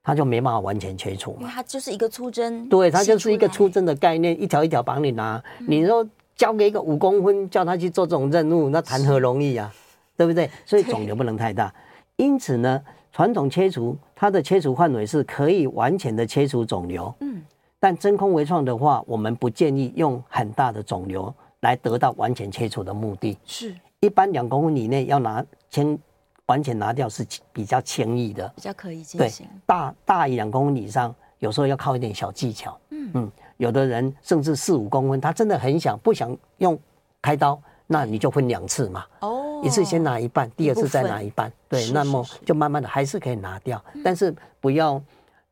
[SPEAKER 2] 它就没办法完全切除
[SPEAKER 1] 因为
[SPEAKER 2] 嘛。
[SPEAKER 1] 它就是一个粗针，
[SPEAKER 2] 对，它就是一个出
[SPEAKER 1] 粗，
[SPEAKER 2] 针的概念，一条一条帮你拿。
[SPEAKER 1] 嗯
[SPEAKER 2] 你说交给一个五公分，叫他去做这种任务，那谈何容易啊？对不对？所以
[SPEAKER 1] 对
[SPEAKER 2] 肿瘤不能太大。因此呢，传统切除它的切除范围是可以完全的切除肿瘤。
[SPEAKER 1] 嗯，
[SPEAKER 2] 但真空微创的话，我们不建议用很大的肿瘤来得到完全切除的目的。
[SPEAKER 1] 是
[SPEAKER 2] 一般两公分以内要拿清完全拿掉是比较轻易的。
[SPEAKER 1] 比较可以进
[SPEAKER 2] 对
[SPEAKER 1] 行，，
[SPEAKER 2] 大大于两公分以上，有时候要靠一点小技巧。
[SPEAKER 1] 嗯
[SPEAKER 2] 有的人甚至四五公分，他真的很想不想用开刀，那你就分两次嘛，
[SPEAKER 1] 哦，
[SPEAKER 2] 一次先拿一半，第二次再
[SPEAKER 1] 部分
[SPEAKER 2] 拿一半。
[SPEAKER 1] 是
[SPEAKER 2] 对，
[SPEAKER 1] 是
[SPEAKER 2] 那么
[SPEAKER 1] 是嗯
[SPEAKER 2] 就慢慢的还是可以拿掉，但是不要。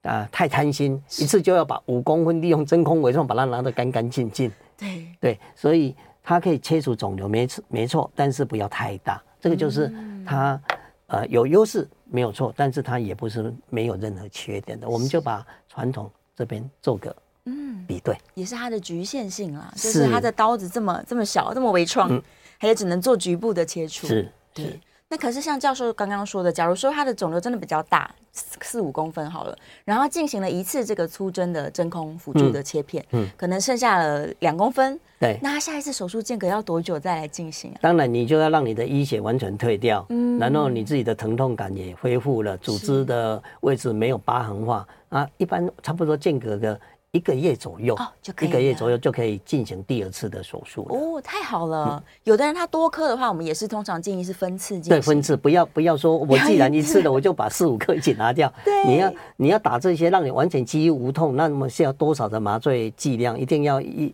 [SPEAKER 2] 啊、太贪心，一次就要把五公分利用真空微创把它拿得干干净净。
[SPEAKER 1] 对，
[SPEAKER 2] 对，所以它可以切除肿瘤，没错没错，但是不要太大。这个就是
[SPEAKER 1] 嗯
[SPEAKER 2] 它、呃有优势没有错，但是它也不是没有任何缺点的。我们就把传统这边做个
[SPEAKER 1] 嗯，
[SPEAKER 2] 比对，
[SPEAKER 1] 也是它的局限性啦，就是
[SPEAKER 2] 是
[SPEAKER 1] 它的刀子这么这么小，这么微创，它也只能做局部的切除，
[SPEAKER 2] 嗯是
[SPEAKER 1] 对。那可是像教授刚刚说的，假如说它的肿瘤真的比较大，四四五公分好了，然后进行了一次这个粗针的真空辅助的切片，
[SPEAKER 2] 嗯嗯
[SPEAKER 1] 可能剩下了两公分，
[SPEAKER 2] 对。
[SPEAKER 1] 那他下一次手术间隔要多久再来进行啊？
[SPEAKER 2] 当然，你就要让你的淤血完全退掉，
[SPEAKER 1] 嗯
[SPEAKER 2] 然后你自己的疼痛感也恢复了，组织的位置没有疤痕化啊，一般差不多间隔个一个月左右，
[SPEAKER 1] 哦就可以
[SPEAKER 2] 一个月
[SPEAKER 1] 了
[SPEAKER 2] 左右就可以进行第二次的手术了。
[SPEAKER 1] 哦，太好了！有的人他多颗的话，我们也是通常建议是分次进行。
[SPEAKER 2] 嗯对分次，不要不
[SPEAKER 1] [laughs]
[SPEAKER 2] 要说，我
[SPEAKER 1] 要
[SPEAKER 2] 既然
[SPEAKER 1] 一
[SPEAKER 2] 一
[SPEAKER 1] 次
[SPEAKER 2] 次了，我就把四五颗一起拿掉。
[SPEAKER 1] 对
[SPEAKER 2] 你要你要打这些让你完全几乎无痛，那么是要多少的麻醉剂量？一定要一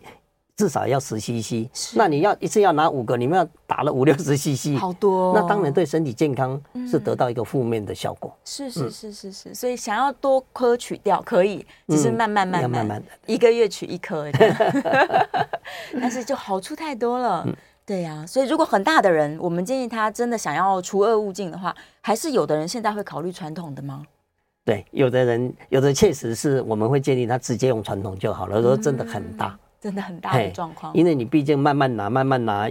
[SPEAKER 2] 至少要十 CC。
[SPEAKER 1] 是
[SPEAKER 2] 那你要一次要拿五个，你们要打了五六十 CC，
[SPEAKER 1] 好多哦、
[SPEAKER 2] 那当然对嗯身体健康是得到一个负面的效果。
[SPEAKER 1] 是是是是是，所以想要多颗取掉可以，只是
[SPEAKER 2] 嗯
[SPEAKER 1] 慢慢慢
[SPEAKER 2] 要
[SPEAKER 1] 慢，
[SPEAKER 2] 慢慢地
[SPEAKER 1] 一个月取一颗这样，
[SPEAKER 2] [laughs]
[SPEAKER 1] [laughs] 但是就好处太多了。
[SPEAKER 2] 嗯
[SPEAKER 1] 对呀、所以如果很大的人，我们建议他真的想要除恶务尽的话，还是有的人现在会考虑传统的吗？
[SPEAKER 2] 对，有的人有的确实是我们会建议他直接用传统就好了，如果真的很大。
[SPEAKER 1] 嗯真的很大
[SPEAKER 2] 哎，
[SPEAKER 1] 的状况，
[SPEAKER 2] 因为你毕竟慢慢拿，慢慢拿，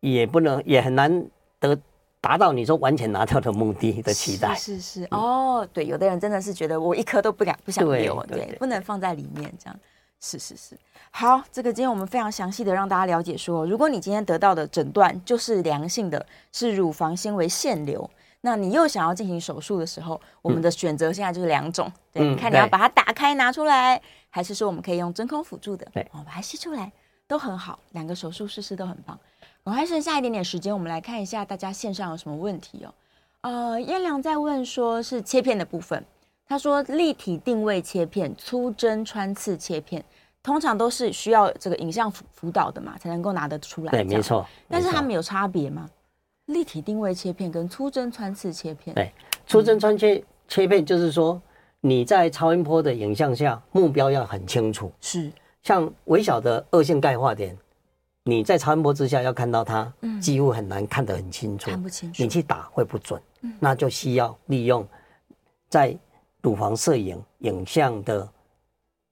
[SPEAKER 2] 也不能也很难得达到你说完全拿掉的目的的期待。嗯
[SPEAKER 1] 是是是哦，对，有的人真的是觉得我一颗都不敢不想
[SPEAKER 2] 对
[SPEAKER 1] 留，
[SPEAKER 2] 对
[SPEAKER 1] 对
[SPEAKER 2] 对，
[SPEAKER 1] 不能放在里面这样。是是是，好，这个今天我们非常详细的让大家了解说，如果你今天得到的诊断就是良性的，是乳房纤维腺瘤，那你又想要进行手术的时候，我们的选择现在就是两种，对，
[SPEAKER 2] 嗯
[SPEAKER 1] 看你要
[SPEAKER 2] 对
[SPEAKER 1] 把它打开拿出来，还是说我们可以用真空辅助的，
[SPEAKER 2] 对
[SPEAKER 1] 哦，把它吸出来，都很好，两个手术试试都很棒。我还剩下一点点时间，我们来看一下大家线上有什么问题哦。呃，燕良在问说是切片的部分，他说立体定位切片、粗针穿刺切片，通常都是需要这个影像辅辅导的嘛，才能够拿得出来。
[SPEAKER 2] 对，
[SPEAKER 1] 这样
[SPEAKER 2] 没。错。
[SPEAKER 1] 但是
[SPEAKER 2] 没错
[SPEAKER 1] 他们有差别吗？立体定位切片跟粗针穿刺切片，
[SPEAKER 2] 对出针穿切切片，就是说你在超音波的影像下，目标要很清楚。
[SPEAKER 1] 是
[SPEAKER 2] 像微小的恶性钙化点，你在超音波之下要看到它，几乎很难看得很清楚。
[SPEAKER 1] 嗯看不清楚嗯
[SPEAKER 2] 你。去打会不准，那就需要利用在乳房摄影影像的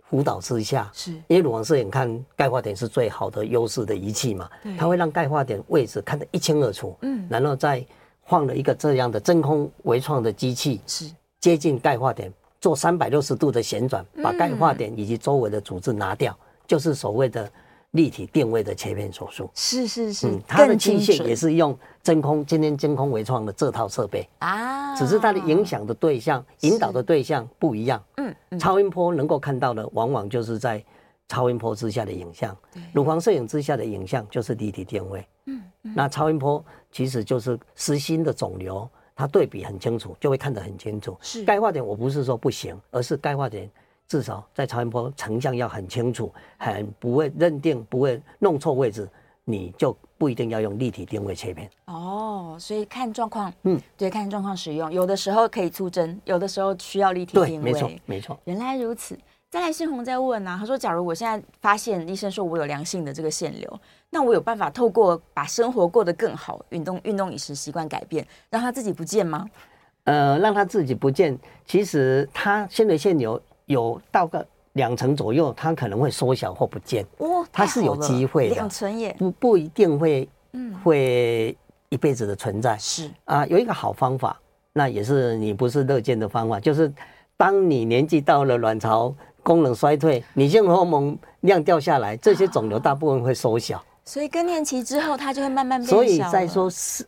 [SPEAKER 2] 辅导之下，
[SPEAKER 1] 是
[SPEAKER 2] 因为乳房摄影看钙化点是最好的优势的仪器嘛
[SPEAKER 1] 对，
[SPEAKER 2] 它会让钙化点位置看得一清二楚。
[SPEAKER 1] 嗯
[SPEAKER 2] 然后再放了一个这样的真空微创的机器，
[SPEAKER 1] 是
[SPEAKER 2] 接近钙化点，做三百六十度的旋转，把钙化
[SPEAKER 1] 嗯
[SPEAKER 2] 点以及周围的组织拿掉，就是所谓的立体定位的切片手术。
[SPEAKER 1] 是是是，
[SPEAKER 2] 嗯，它的
[SPEAKER 1] 更
[SPEAKER 2] 器
[SPEAKER 1] 精
[SPEAKER 2] 械
[SPEAKER 1] 准
[SPEAKER 2] 也是用真空，今天真空微创的这套设备，
[SPEAKER 1] 啊，
[SPEAKER 2] 只是它的影响的对象、引导的对象不一样。
[SPEAKER 1] 嗯嗯
[SPEAKER 2] 超音波能够看到的，往往就是在超音波之下的影像，乳房摄影之下的影像就是立体定位。
[SPEAKER 1] 嗯
[SPEAKER 2] 那超音波其实就是实心的肿瘤，它对比很清楚，就会看得很清楚。
[SPEAKER 1] 是
[SPEAKER 2] 钙化点，我不是说不行，而是钙化点至少在超音波成像要很清楚，很不会认定，不会弄错位置，你就不一定要用立体定位切片。
[SPEAKER 1] 哦，所以看状况，嗯
[SPEAKER 2] 嗯，
[SPEAKER 1] 对，看状况使用，有的时候可以粗针，有的时候需要立体
[SPEAKER 2] 对，
[SPEAKER 1] 定
[SPEAKER 2] 没错
[SPEAKER 1] 位。，
[SPEAKER 2] 没错。
[SPEAKER 1] 原来如此。再来，信宏在问啊，他说：“假如我现在发现医生说我有良性的这个腺瘤，那我有办法透过把生活过得更好，运动、运动、饮食习惯改变，让它自己不见吗？
[SPEAKER 2] 呃，让他自己不见。其实他纤维腺瘤有到个两成左右，它可能会缩小或不见，
[SPEAKER 1] 哦，
[SPEAKER 2] 它
[SPEAKER 1] 太
[SPEAKER 2] 是
[SPEAKER 1] 好
[SPEAKER 2] 有
[SPEAKER 1] 了
[SPEAKER 2] 机会的
[SPEAKER 1] 两成也
[SPEAKER 2] 不不一定会会一辈子的存在
[SPEAKER 1] 嗯是
[SPEAKER 2] 啊。有一个好方法，那也是你不是乐见的方法，就是当你年纪到了，卵巢功能衰退，女性荷尔蒙量掉下来，这些肿瘤大部分会缩小。
[SPEAKER 1] 所以更年期之后，它就会慢慢变小
[SPEAKER 2] 所
[SPEAKER 1] 了。
[SPEAKER 2] 以再说四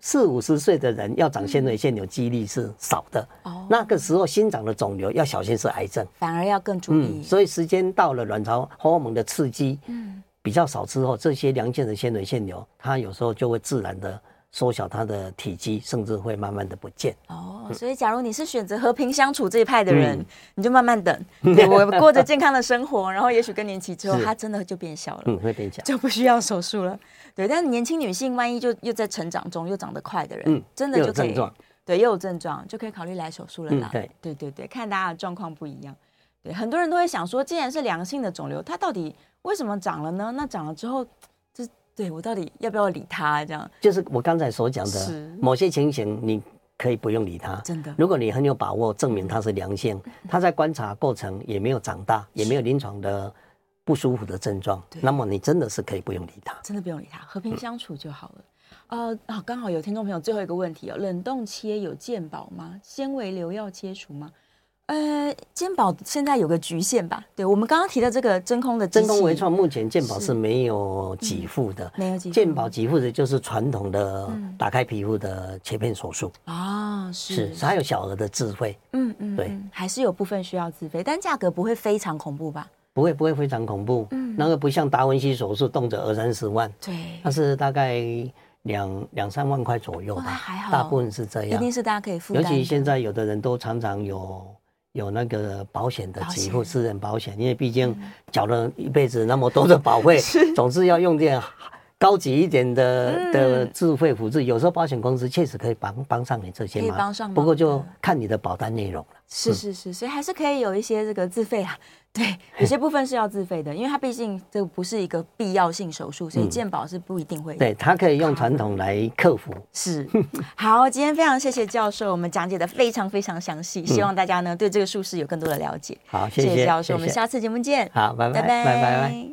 [SPEAKER 2] 四五十岁的人要长纤维腺瘤几率是少的，
[SPEAKER 1] 哦，
[SPEAKER 2] 那个时候新长的肿瘤要小心是癌症。
[SPEAKER 1] 反而要更注
[SPEAKER 2] 嗯，
[SPEAKER 1] 意。
[SPEAKER 2] 所以时间到了，卵巢荷尔蒙的刺激，
[SPEAKER 1] 嗯
[SPEAKER 2] 比较少之后，这些良性的纤维腺瘤，它有时候就会自然的缩小它的体积，甚至会慢慢的不见。
[SPEAKER 1] 哦，所以假如你是选择和平相处这一派的人，
[SPEAKER 2] 嗯
[SPEAKER 1] 你就慢慢
[SPEAKER 2] [laughs]
[SPEAKER 1] 等，对我过着健康的生活，然后也许更年期之后，
[SPEAKER 2] 是
[SPEAKER 1] 它真的就变小了，
[SPEAKER 2] 嗯，会变小。
[SPEAKER 1] 就不需要手术了。对，但年轻女性万一就又在成长中又长得快的人，
[SPEAKER 2] 嗯
[SPEAKER 1] 真的
[SPEAKER 2] 又
[SPEAKER 1] 就
[SPEAKER 2] 有
[SPEAKER 1] 可以
[SPEAKER 2] 症状
[SPEAKER 1] 对，又有症状就可以考虑来手术了啦。
[SPEAKER 2] 嗯
[SPEAKER 1] 对
[SPEAKER 2] 对
[SPEAKER 1] 对对看大家的状况不一样。对，很多人都会想说，既然是良性的肿瘤，它到底为什么长了呢？那长了之后，这对我到底要不要理它？这样
[SPEAKER 2] 就是我刚才所讲的
[SPEAKER 1] 是，
[SPEAKER 2] 某些情形你可以不用理它。
[SPEAKER 1] 真的
[SPEAKER 2] 如果你很有把握，证明它是良性，
[SPEAKER 1] 嗯
[SPEAKER 2] 它在观察过程也没有长大，也没有临床的不舒服的症状，那么你真的是可以不用理它。嗯
[SPEAKER 1] 真的不用理他，和平相处就好了。呃，啊，刚好有听众朋友最后一个问题哦，冷冻切有健保吗？纤维瘤要切除吗？呃，健保现在有个局限吧？对，我们刚刚提的这个真空的机器
[SPEAKER 2] 真空微创目前健保是没有给付的，
[SPEAKER 1] 嗯没有给付
[SPEAKER 2] 健保给付的就是传统的打开皮肤的切片手术，
[SPEAKER 1] 啊，是
[SPEAKER 2] 是它有小额的智慧，
[SPEAKER 1] 嗯嗯，
[SPEAKER 2] 对
[SPEAKER 1] 嗯，还是有部分需要自费，但价格不会非常恐怖吧？
[SPEAKER 2] 不会不会非常恐怖，
[SPEAKER 1] 嗯
[SPEAKER 2] 嗯那个不像达文西手术动辄二三十万，
[SPEAKER 1] 对
[SPEAKER 2] 它，是大概两两三万块左右
[SPEAKER 1] 哦那
[SPEAKER 2] 吧
[SPEAKER 1] 还，好
[SPEAKER 2] 大部分是这
[SPEAKER 1] 一
[SPEAKER 2] 样
[SPEAKER 1] 定，是大家可以负
[SPEAKER 2] 尤
[SPEAKER 1] 担。
[SPEAKER 2] 其现在有的人都常常有。有那个保险的
[SPEAKER 1] 保
[SPEAKER 2] 给付，
[SPEAKER 1] 险嗯
[SPEAKER 2] 私人保险，因为毕竟缴了一辈子那么多的保
[SPEAKER 1] [laughs]
[SPEAKER 2] 费，总是要用点高级一点的的
[SPEAKER 1] 嗯
[SPEAKER 2] 智慧辅助。有时候保险公司确实可以帮帮上你这些
[SPEAKER 1] 可以
[SPEAKER 2] 忙，
[SPEAKER 1] 帮上忙嗯
[SPEAKER 2] 不过就看你的保单内容了。
[SPEAKER 1] 是是是，所以还是可以有一些这个自费啊。 [laughs] 对，有些部分是要自费的，因为它毕竟这不是一个必要性手术，所以健保是不一定会。
[SPEAKER 2] 嗯对，它可以用传统来克服。
[SPEAKER 1] 是，好，今天非常谢谢教授，我们讲解的非常非常详细，希望大家呢对这个术式有更多的了解。
[SPEAKER 2] 嗯好，谢谢
[SPEAKER 1] 教授，我们
[SPEAKER 2] 谢谢
[SPEAKER 1] 下次节目见。
[SPEAKER 2] 好，拜
[SPEAKER 1] 拜
[SPEAKER 2] 拜，
[SPEAKER 1] 拜，
[SPEAKER 2] 拜拜。拜拜